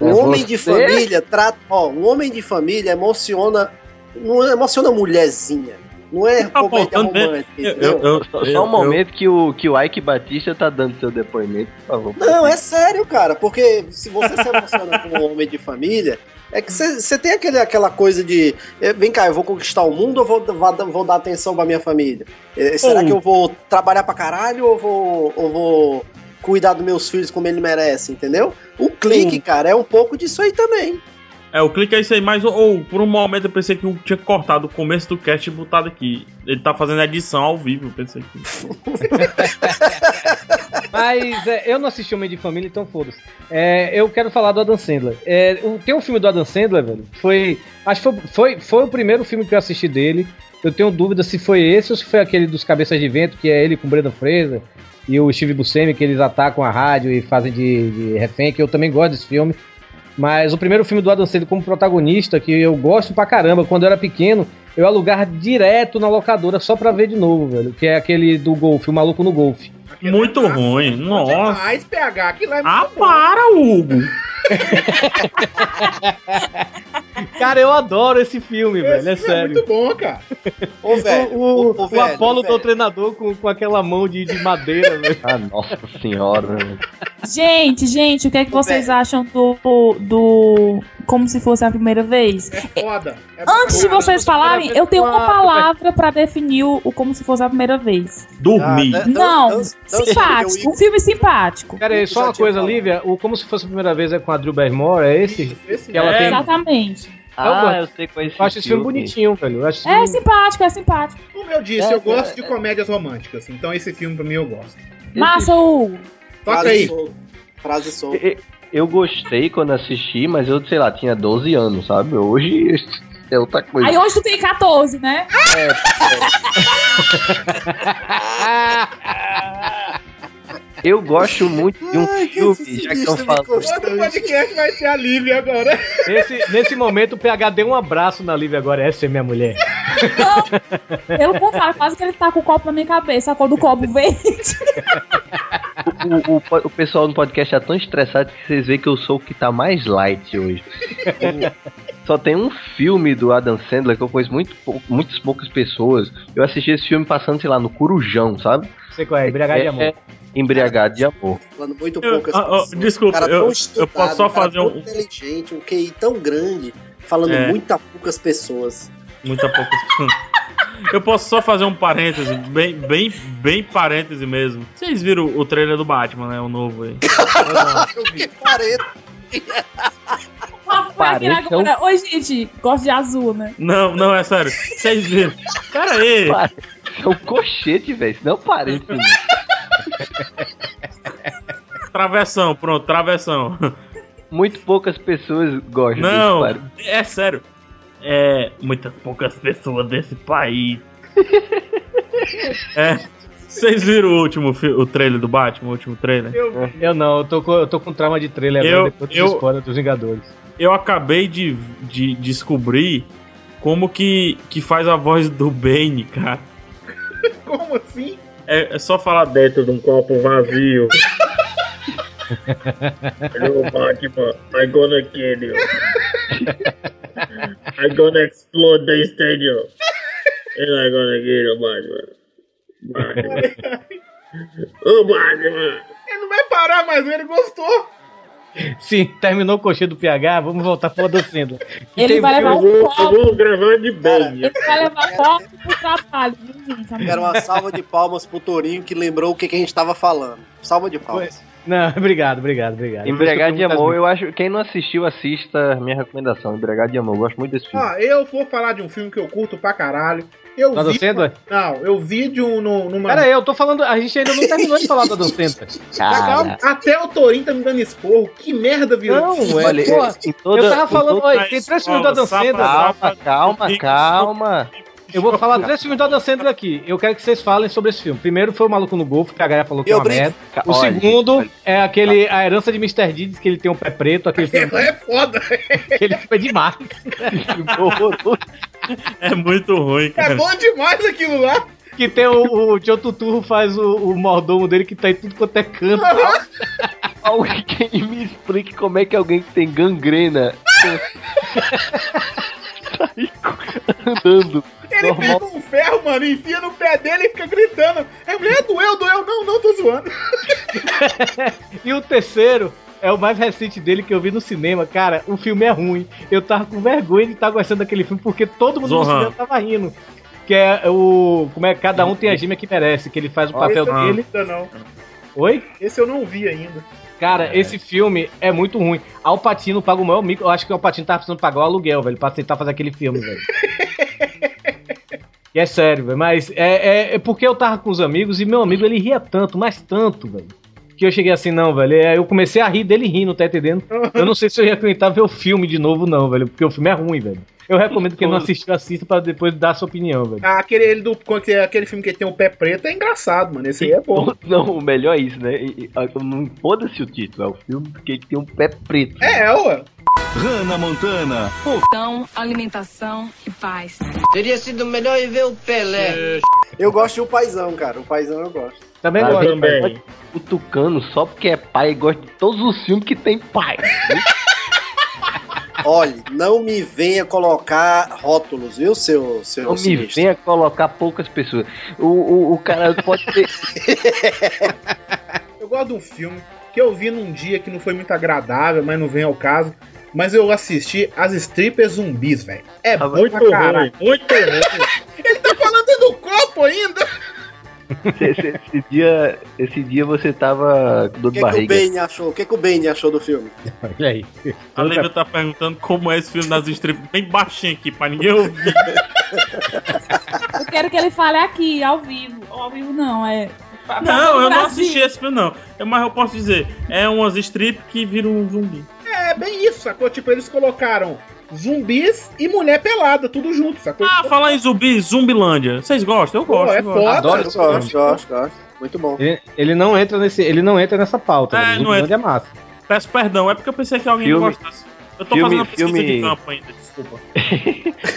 É Um homem de você? família trata. Ó, um homem de família emociona. Não emociona mulherzinha. Não é comédia romântica, entendeu? só, só um momento que, o, que o Ike Batista tá dando seu depoimento, por favor. Não, é sério, cara, porque se você se emociona com um homem de família, é que você você tem aquele, aquela coisa de. eh, Vem cá, eu vou conquistar o mundo ou vou, vou, dar- vou dar atenção pra minha família? Eh, Será Hum. Ou- que eu vou trabalhar pra caralho ou vou, ou vou cuidar dos meus filhos como ele merece, entendeu? O clique, Hum. cara, é um pouco disso aí também. É, o clique é isso aí, mas ou, ou, por um momento eu pensei que eu tinha cortado o começo do cast e botado aqui. Ele tá fazendo a edição ao vivo, eu pensei que. Mas é, eu não assisti Homem de Família, então foda-se. É, eu quero falar do Adam Sandler. É, o- tem um filme do Adam Sandler, velho. Foi. Acho que foi, foi, foi o primeiro filme que eu assisti dele. Eu tenho dúvida se foi esse ou se foi aquele dos Cabeças de Vento, que é ele com o Brandon Fraser e o Steve Buscemi, que eles atacam a rádio e fazem de, de refém, que eu também gosto desse filme. Mas o primeiro filme do Adam Sandler como protagonista, que eu gosto pra caramba, quando eu era pequeno, eu alugava direto na locadora só pra ver de novo, velho. Que é aquele do golfe, o maluco no golfe. é Muito ruim, tá? nossa. Mas PH, aquilo é Ah, muito bom. para, Hugo! Cara, eu adoro esse filme, velho. É É sério. muito bom, cara. Ô, velho, o, o, ô, velho, Apolo ô, do treinador com, com aquela mão de, de madeira, velho. Ah, nossa senhora. velho. Gente, gente, o que é que vocês acham do, do. Como se fosse a primeira vez? Foda. É Antes de bacana. vocês falarem, eu tenho uma palavra pra definir o o como se fosse a primeira vez. Dormir. Ah, Não, simpático. Um filme simpático. Cara, e só uma coisa, Lívia. O Como Se Fosse a Primeira Vez é com a Drew Barrymore, é esse? Esse que ela tem... Exatamente. Ah, gosto. eu sei qual é esse Eu acho esse filme filme. bonitinho, velho. Eu acho É simpático, é simpático. Como eu disse, É, eu gosto é, de comédias românticas, então esse filme pra mim eu gosto. Massa, Hugo. Toca aí. Frase solta. E- Eu gostei quando assisti, mas eu, sei lá, tinha 12 anos, sabe? Hoje é outra coisa. Aí hoje tu tem 14, né? Eu gosto muito de um filme, É já que estão falando. Todo podcast vai ser a Lívia agora. Nesse, nesse momento, o PH deu um abraço na Lívia agora. Essa é minha mulher. Pelo contrário, quase que ele tá com o copo na minha cabeça, a cor do copo verde. O, o, o pessoal no podcast tá tão estressado que vocês veem que eu sou o que tá mais light hoje. Só tem um filme do Adam Sandler que eu conheço muito, pou- muitas poucas pessoas. Eu assisti esse filme passando, sei lá, no Corujão, sabe? Sei qual é, embriagado de amor. É, embriagado de amor. Falando muito Eu- poucas ah, ah, desculpa, cara eu- tão eu estudado, posso só um cara fazer tão um- inteligente, um QI tão grande, falando É. muito a poucas pessoas. Muito a pouco. Eu posso só fazer um parêntese, bem, bem, bem parêntese mesmo. Vocês viram o trailer do Batman, né? O novo aí. Ah, que parede. Mas foi aquele Parece agora. Oi, gente, gosto de azul, né? Não, não, é sério. Vocês viram. Cara aí. É um cochete, velho. Isso não parece. Travessão, pronto, travessão. Muito poucas pessoas gostam Não, disso, cara. é sério. É, muitas poucas pessoas desse país. é. Vocês viram o último fi- o trailer do Batman, o último trailer? Eu, não, eu tô, com, eu tô com trauma de trailer Eu- agora, depois dos eu- spoilers dos Vingadores. Eu acabei de, de descobrir como que, que faz a voz do Bane, cara. Como assim? É, é só falar dentro de um copo vazio. Hello, Batman. I'm gonna kill you. I'm gonna explode the stadium. And I'm gonna kill you, Batman. Batman. Ô, Batman. Ele não vai parar mais, não, ele gostou. Sim, terminou o cocheio do PH, vamos voltar pra Docendo. Ele vai levar um Eu copo. vou gravar de beijo. né? Ele vai levar um copo pro trabalho, viu, gente? Era uma salva de palmas pro Torinho que lembrou o que, que a gente tava falando. Salva de palmas. Não, obrigado, obrigado, obrigado. Embriagado de Muitas Amor, vezes. eu acho. Quem não assistiu, assista. é Minha recomendação: Embriagado de Amor. Eu gosto muito desse filme. Ó, eu vou falar de um filme que eu curto pra caralho. Eu Tá vi. docendo? Não, eu vi de um. No, numa... Pera aí, eu tô falando. A gente ainda não terminou de falar da Docenta. tá Calma, Até o Torinho tá me dando esporro. Que merda, viu? Não, velho. Porra, eu tava falando, olha, tem três filmes da escola, Dan Sandler. sapa, sapa, calma, calma. Eu vou falar três filmes da Dan Sandler aqui. Eu quero que vocês falem sobre esse filme. Primeiro foi o Maluco no Golfo, que a galera falou que é Eu uma brinco. merda. O Olha, segundo é aquele A Herança de Mr. D, diz que ele tem um pé preto. Aquele filme, É foda. aquele filme é demais. É muito ruim, É cara. bom demais aquilo lá. que tem o, o Tio Tuturro faz o, o mordomo dele que tá em tudo quanto é canto. Alguém me explique como é que alguém que tem gangrena andando. Ele pega um ferro, mano, enfia no pé dele e fica gritando. É mulher, doeu, doeu. Não, não, tô zoando. E o terceiro é o mais recente dele que eu vi no cinema. Cara, o filme é ruim. Eu tava com vergonha de estar gostando daquele filme porque todo mundo no Zohan. cinema tava rindo. Que é o. Como é? Cada um tem a gímia que merece, que ele faz o papel Esse eu não vi dele. ainda não. Oi? Esse eu não vi ainda. Cara, esse filme é muito ruim. Alpatino paga o maior mico. Eu acho que o Alpatino tava precisando pagar o aluguel, velho, pra tentar fazer aquele filme, velho. E é sério, velho. Mas é, é- é porque eu tava com os amigos e meu amigo ele ria tanto, mas tanto, velho. Que eu cheguei assim, não, velho. é, Eu comecei a rir dele rindo, tá entendendo? Eu não sei se eu ia tentar ver o filme de novo, não, velho. Porque o filme é ruim, velho. Eu recomendo quem não assistiu, assista pra depois dar a sua opinião, velho. Ah, aquele, ele do, aquele filme que tem o pé preto é engraçado, mano. Esse aí é bom. Não, o melhor é isso, né? E- e- a- Não foda-se o título, é o filme porque ele tem um pé preto. É, ué. Hannah Montana. Então, alimentação e paz. Teria sido melhor ir ver o Pelé. Eu gosto de o paizão, cara. O paizão eu gosto. Também Ah, gosto. também. O Tucano, só porque é pai, ele gosta de todos os filmes que tem pai. Olhe, não me venha colocar rótulos, viu, seu. seu Não me sinistro? venha colocar poucas pessoas. O, o, o cara pode ter. Eu gosto de um filme que eu vi num dia que não foi muito agradável, mas não vem ao caso. Mas eu assisti As Tá Strippers Zumbis, velho. É bom Muito pra caralho. ruim, muito ruim. Ele tá falando do copo ainda. esse, esse dia, esse dia você tava com dor O de que, que o é barriga. Bane achou? O que, que o Bane achou do filme? Olha aí. A Lívia tá perguntando como é esse filme das estrelas, bem baixinho aqui, pra ninguém ouvir. Eu quero que ele fale aqui, ao vivo. Ao vivo não, é. pra- pra todo Não, o eu não Brasil. assisti esse filme, não. É, Mas eu posso dizer, é umas strip que viram um zumbi. É, bem isso, sacou? Tipo, eles colocaram zumbis e mulher pelada, tudo junto, sacou? Ah, falar em zumbi, Zumbilândia. Vocês gostam? Eu gosto. Pô, é eu gosto. foda. Adoro Eu esse gosto, gosto, gosto. Muito bom. Ele, ele não entra nesse, ele não entra nessa pauta. É, velho. não entra. Zumbilândia é massa. Peço perdão, é porque eu pensei que alguém Filme- gostasse. Eu tô filme- fazendo uma pesquisa filme- de campo ainda, desculpa.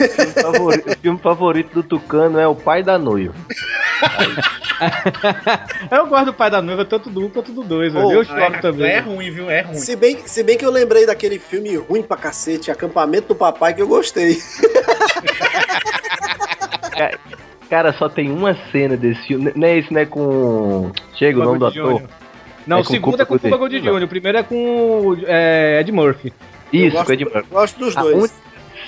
O favori- o filme favorito do Tucano é O Pai da Noiva. Eu gosto do pai da noiva, tanto do 1 quanto do 2, velho. Pô, eu É, choro também. né? é ruim, viu? É ruim. Se bem, se bem que eu lembrei daquele filme ruim pra cacete, Acampamento do Papai, que eu gostei. Cara, só tem uma cena desse filme. Não é esse, né? Com. Chega o nome do Cuba Gooding ator. Jr. Não, É o com segundo Cuba é com o Cuba Gold Gooding Jr. O primeiro é com é, Ed Murphy. Eu Isso, gosto- com Ed Murphy. Gosto dos A dois. única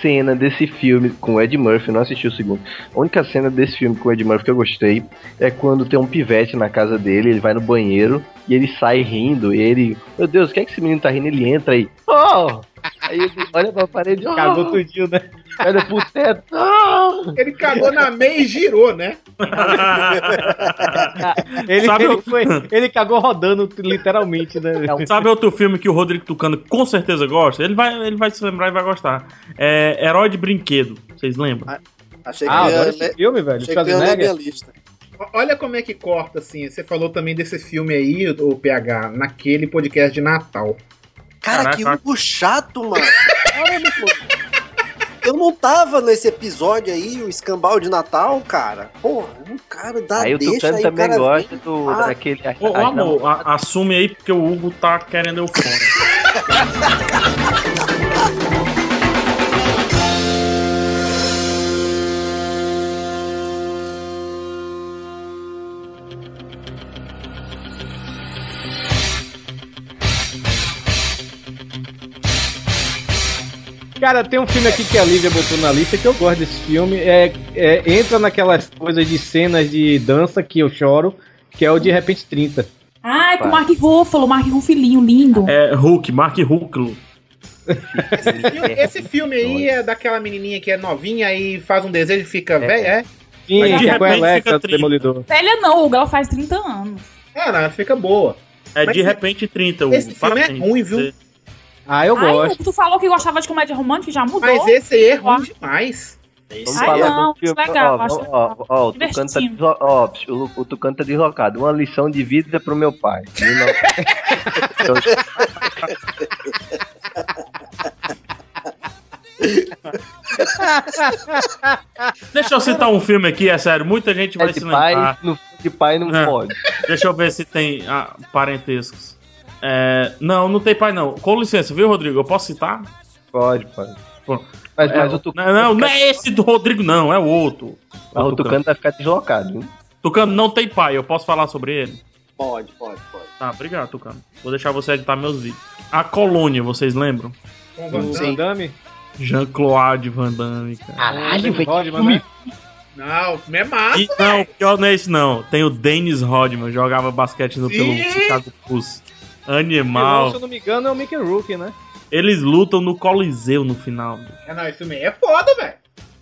cena desse filme com o Ed Murphy, eu não assisti o segundo. A única cena desse filme com o Ed Murphy que eu gostei é quando tem um pivete na casa dele, ele vai no banheiro e ele sai rindo. E ele, meu Deus, o que é que esse menino tá rindo? Ele entra aí, oh! Aí ele olha pra parede, oh! Cagou tudinho, né? olha pro teto, oh! Ele cagou na meia e girou, né? Ele, Sabe ele, o- foi, ele cagou rodando, literalmente, né? É um Sabe outro filme que o Rodrigo Tucano com certeza gosta? Ele vai, ele vai se lembrar e vai gostar. É Herói de Brinquedo. Vocês lembram? Achei que Ah, ia, adoro né? esse filme, velho. achei que ia na minha Schwarzenegger. lista. O- Olha como é que corta, assim. Você falou também desse filme aí, o PH, naquele podcast de Natal. Cara, Caraca. que Hugo chato, mano. Caramba, pô. eu não tava nesse episódio aí, o escambau de Natal, cara. Porra, um cara dá Aí o deixa, Tucano aí o também cara gosta vem. do, Ah, daquele. Ô, ô, amor, a- assume aí porque o Hugo tá querendo eu fora. Cara, tem um filme aqui que a Lívia botou na lista que eu gosto desse filme. É, é- entra naquelas coisas de cenas de dança que eu choro, que é o De Repente 30. Ai, com o Mark Ruffalo, Mark Ruffilinho, lindo. É, Hulk, Mark Hulk. Filme- Esse filme aí é daquela menininha que é novinha e faz um desejo e fica velha, é? Sim, Mas de que é com a repente Alexa fica do trinta. Demolidor. Velha não, Hugo, ela faz 30 anos. É, não, ela fica boa. É Mas de esse- repente 30, Hugo. esse filme é ruim, viu? Ah, eu Ai, Hugo, tu falou que gostava de comédia romântica e já mudou. Mas esse aí é ruim demais. Vamos Ai, falar não, do filme. isso é legal, ó, eu acho vamos- ó, ó, o Tucano tá divertidinho. deslo- ó, o- o Tucano tá deslocado. Uma lição de vida pro meu pai. Deixa eu citar um filme aqui, é sério. Muita gente vai de se lembrar. pai, no- de pai não É. pode. Deixa eu ver se tem ah, parentescos. É, não, não tem pai não. Com licença, viu, Rodrigo? Eu posso citar? Pode, pode. Mas, mas o Tucano- não, não, não é esse do Rodrigo, não, é o outro. Mas o Tucano vai ficar deslocado. Viu? Tucano não tem pai, eu posso falar sobre ele? Pode, pode, pode. Tá, obrigado, Tucano. Vou deixar você editar meus vídeos. A Colônia, vocês lembram? Do Van Damme? Jean-Claude Van Damme, cara. Caralho, velho. Rodman, né? Não, o filme é Ah, massa. E não, pior não é isso não. Tem o Dennis Rodman, jogava basquete no pelo Ih! Chicago Bulls. Vilão, Se eu Animal. não me engano, é o Mickey Rourke, né? Eles lutam no Coliseu no final. É, não, esse filme é foda, velho.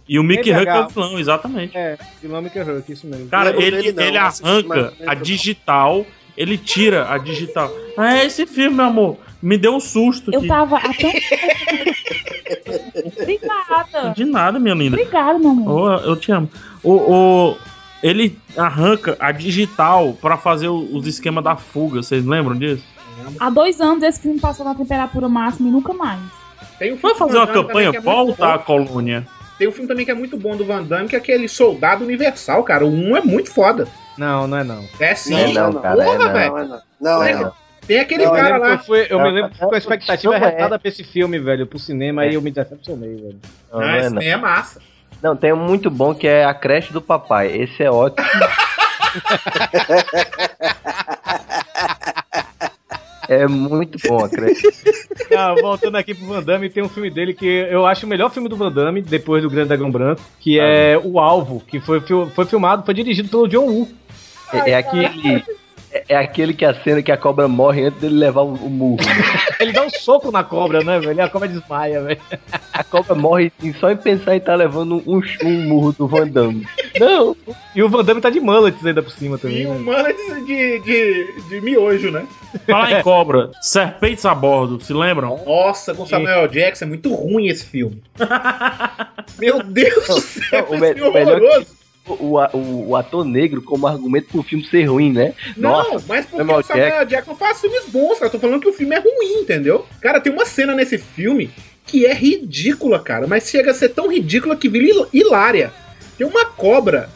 E o Mickey PH. Huck é o vilão, exatamente. É, vilão Mickey Rourke, isso mesmo. Cara, Não, ele, não, é ele não assisti, arranca mas- a digital, ele tira a digital. Ah, é esse filme, meu amor. Me deu um susto Eu aqui. tava até. Obrigada. De nada, minha linda. Obrigada, meu amor. Ô, eu te amo. O, o- ele arranca a digital pra fazer o- os esquemas da fuga. Vocês lembram disso? Há dois anos esse filme passou na temperatura máxima e nunca mais. Tem um Vamos filme fazer do uma Van Damme campanha? também que é muito Volta à bom. colônia. Tem um filme também que é muito bom do Van Damme, que é aquele Soldado Universal, cara. O 1 é muito foda. Não, não é não. É sim. Não, não, cara, é não, velho. é Não, Tem- é não. Tem aquele Eu me cara lembro lá. que eu fui- eu me Não, lembro tá que ficou a expectativa não é. arretada pra esse filme, velho, pro cinema, É. aí eu me decepcionei, velho. Não, não é, não. é massa. Não, tem um muito bom que é a creche do papai. Esse é ótimo. é muito bom a creche. Ah, voltando aqui pro Van Damme, tem um filme dele que eu acho o melhor filme do Van Damme, depois do Grande Dragão Branco, que Ah. é O Alvo, que foi, fil- foi filmado, foi dirigido pelo John Woo. É, é aquele. É é aquele que a cena que a cobra morre antes dele levar o, o murro. Ele dá um soco na cobra, né, velho? A cobra desmaia, velho. A cobra morre assim, só em pensar em estar levando um, um murro do Van Damme. Não! E o Van Damme tá de mullets ainda por cima E também. o né? mano é de, de, de, de miojo, né? Falar em cobra, serpentes a bordo, se lembram? Nossa, com Samuel L. Jackson é muito ruim esse filme. Meu Deus do tá céu, assim, O, esse me- filme o melhor é horroroso. que o, a- o, o ator negro como argumento pro filme ser ruim, né? Não, mas porque Samuel o Samuel Jackson. faz filmes bons, cara. Eu tô falando que o filme é ruim, entendeu? Cara, tem uma cena nesse filme que é ridícula, cara. Mas chega a ser tão ridícula que vira hil- hilária. Tem uma cobra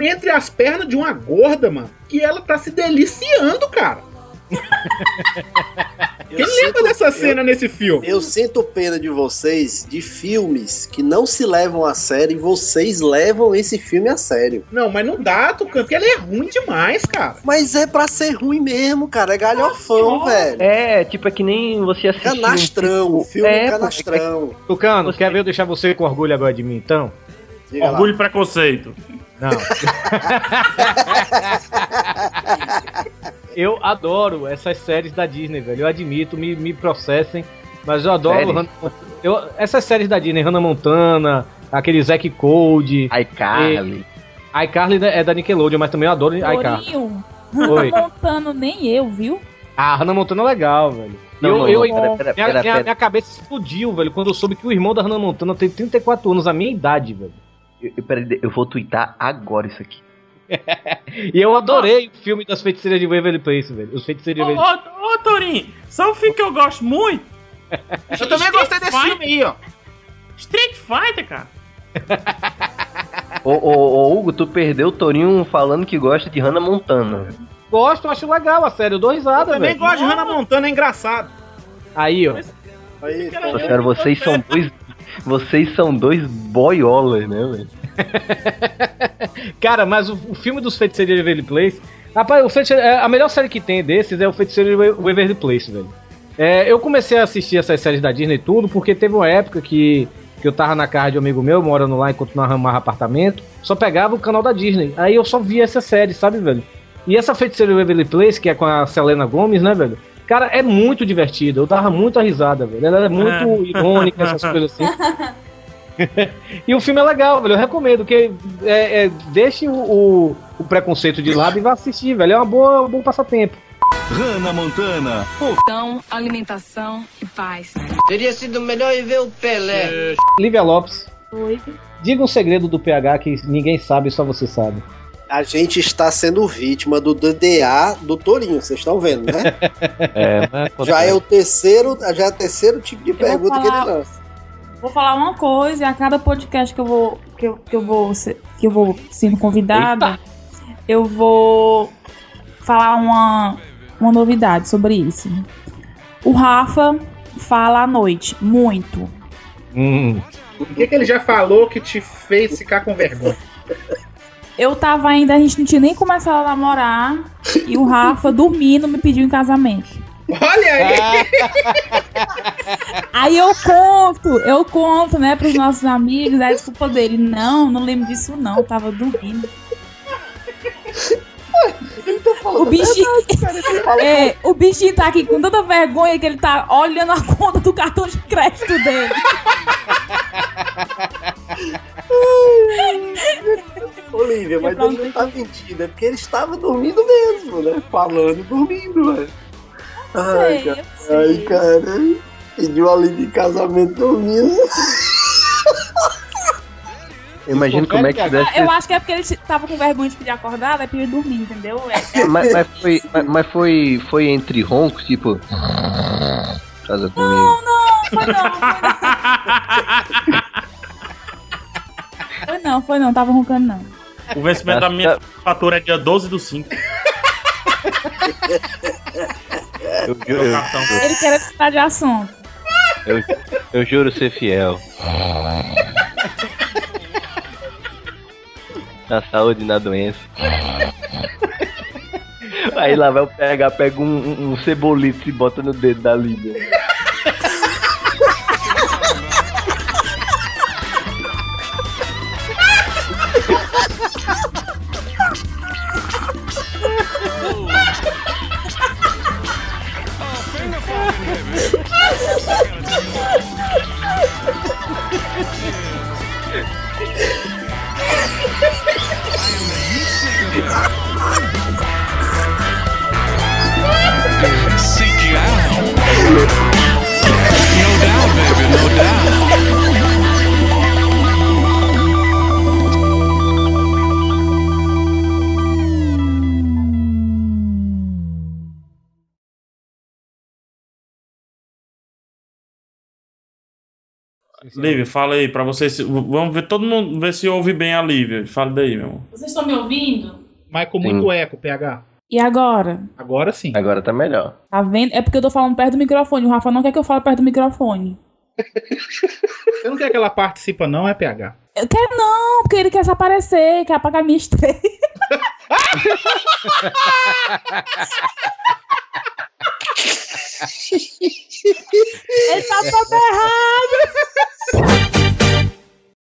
entre as pernas de uma gorda, mano, que ela tá se deliciando, cara. Quem lembra dessa cena nesse filme? Eu sinto pena de vocês, de filmes que não se levam a sério e vocês levam esse filme a sério. Não, mas não dá, Tucano, porque ele é ruim demais, cara. Mas é pra ser ruim mesmo, cara. É galhofão, velho. É, tipo, é que nem você assistir. um Canastrão, tipo- filme é, canastrão. Tucano, quer ver eu deixar você com orgulho agora de mim, então? Diga lá. Orgulho e preconceito. Não. eu adoro essas séries da Disney, velho. Eu admito, me, me processem. Mas eu adoro. Séries? Hannah Mon- eu- essas séries da Disney, Hannah Montana, aquele Zack Cold. iCarly. E- iCarly né, é da Nickelodeon, mas também eu adoro iCarly. Torinho, Oi. Montano tá nem eu, viu? Ah, Hannah Montana é legal, velho. Não, eu, não, eu- não, pera, pera, minha, pera, minha- pera. minha cabeça explodiu, velho, quando eu soube que o irmão da Hannah Montana tem 34 anos, a minha idade, velho. Eu, eu- peraí, eu vou twittar agora isso aqui. E eu adorei o filme das feiticeiras de Waverly Place, velho. Os feiticeiros Ô, de Waverly ô, ô, Torinho, sabe um filme que eu gosto muito? Eu também gostei desse filme aí, ó. Street Fighter, cara. Ô, ô, ô, Hugo, tu perdeu o Torinho falando que gosta de Hannah Montana. Gosto, acho legal a série. Eu dou risada, Eu também gosto de Hannah Montana, é engraçado. Aí, ó. Aí, Nossa, Cara, vocês são dois. Vocês são dois boiolas, né, velho? Cara, mas o, o filme dos Feiticeiros de Waverly Place. Rapaz, o Feiticeiro- é, a melhor série que tem desses é o Feiticeiro de Wa- Waverly Place, velho. É, eu comecei a assistir essas séries da Disney e tudo, porque teve uma época que, que eu tava na casa de um amigo meu, morando lá enquanto não arrumava apartamento, só pegava o canal da Disney. Aí eu só via essa série, sabe, velho? E essa Feiticeira de Waverly Place, que é com a Selena Gomes, né, velho? Cara, é muito divertido. Eu dava muita risada, velho. Ela é muito irônica, essas coisas assim. E o filme é legal, velho. Eu recomendo. Que, é, é, deixe o, o, o preconceito de lado e vá assistir, velho. É uma boa, um bom passatempo. Hannah Montana. Então, alimentação e paz. Teria sido melhor ir ver o Pelé. Lívia Lopes, Oi. diga um segredo do PH que ninguém sabe, só você sabe. A gente está sendo vítima do DDA do Torinho, vocês estão vendo, né? É, né? já é o terceiro, já é o terceiro tipo de vou pergunta que ele falar- lança. Vou falar uma coisa, e a cada podcast que eu vou que eu, que eu vou ser- que eu vou sendo convidada, eu vou falar uma uma novidade sobre isso. O Rafa fala à noite muito. O que, que ele já falou que te fez ficar com vergonha? Eu tava ainda, a gente não tinha nem começado a namorar e o Rafa dormindo me pediu em casamento. Olha aí! Aí eu conto, eu conto, né, pros nossos amigos, aí a desculpa dele, não, não lembro disso não, eu tava dormindo. O bichinho, é, o bichinho tá aqui com tanta vergonha que ele tá olhando a conta do cartão de crédito dele. Olivia, mas Eu falo ele não tá mentindo, é porque ele estava dormindo mesmo, né? Falando, dormindo, velho. Ai, sei, cara. Ai, cara. Pediu a Olivia em casamento dormindo. Eu imagino como é que deve Ah, eu ser. acho que é porque ele tava com vergonha tipo, de pedir acordar, daí pediu dormir, entendeu? É, Mas, mas foi, mas, mas foi, foi entre roncos, tipo. Casa comigo. foi não, foi não, tava roncando não. O vencimento da minha fatura é dia 12 do 5. Eu, juro, eu, Ele queria ficar de assunto. eu, eu juro ser fiel. Na saúde e na doença. Aí lá vai o PH, pega um, um, um cebolito e bota no dedo da Lívia. Seek you out. No doubt, baby, no doubt. Lívia, fala aí pra vocês. se- Vamos ver todo mundo, ver se ouve bem a Lívia. Fala daí, meu amor. Vocês estão me ouvindo? Mas com muito eco, PH. E agora? Agora sim. Agora tá melhor. Tá vendo? É porque eu tô falando perto do microfone. O Rafa não quer que eu fale perto do microfone. Você não quer que ela participa, não, é PH? Eu quero não, porque ele quer se aparecer, quer apagar minha estrela. ele tá todo errado.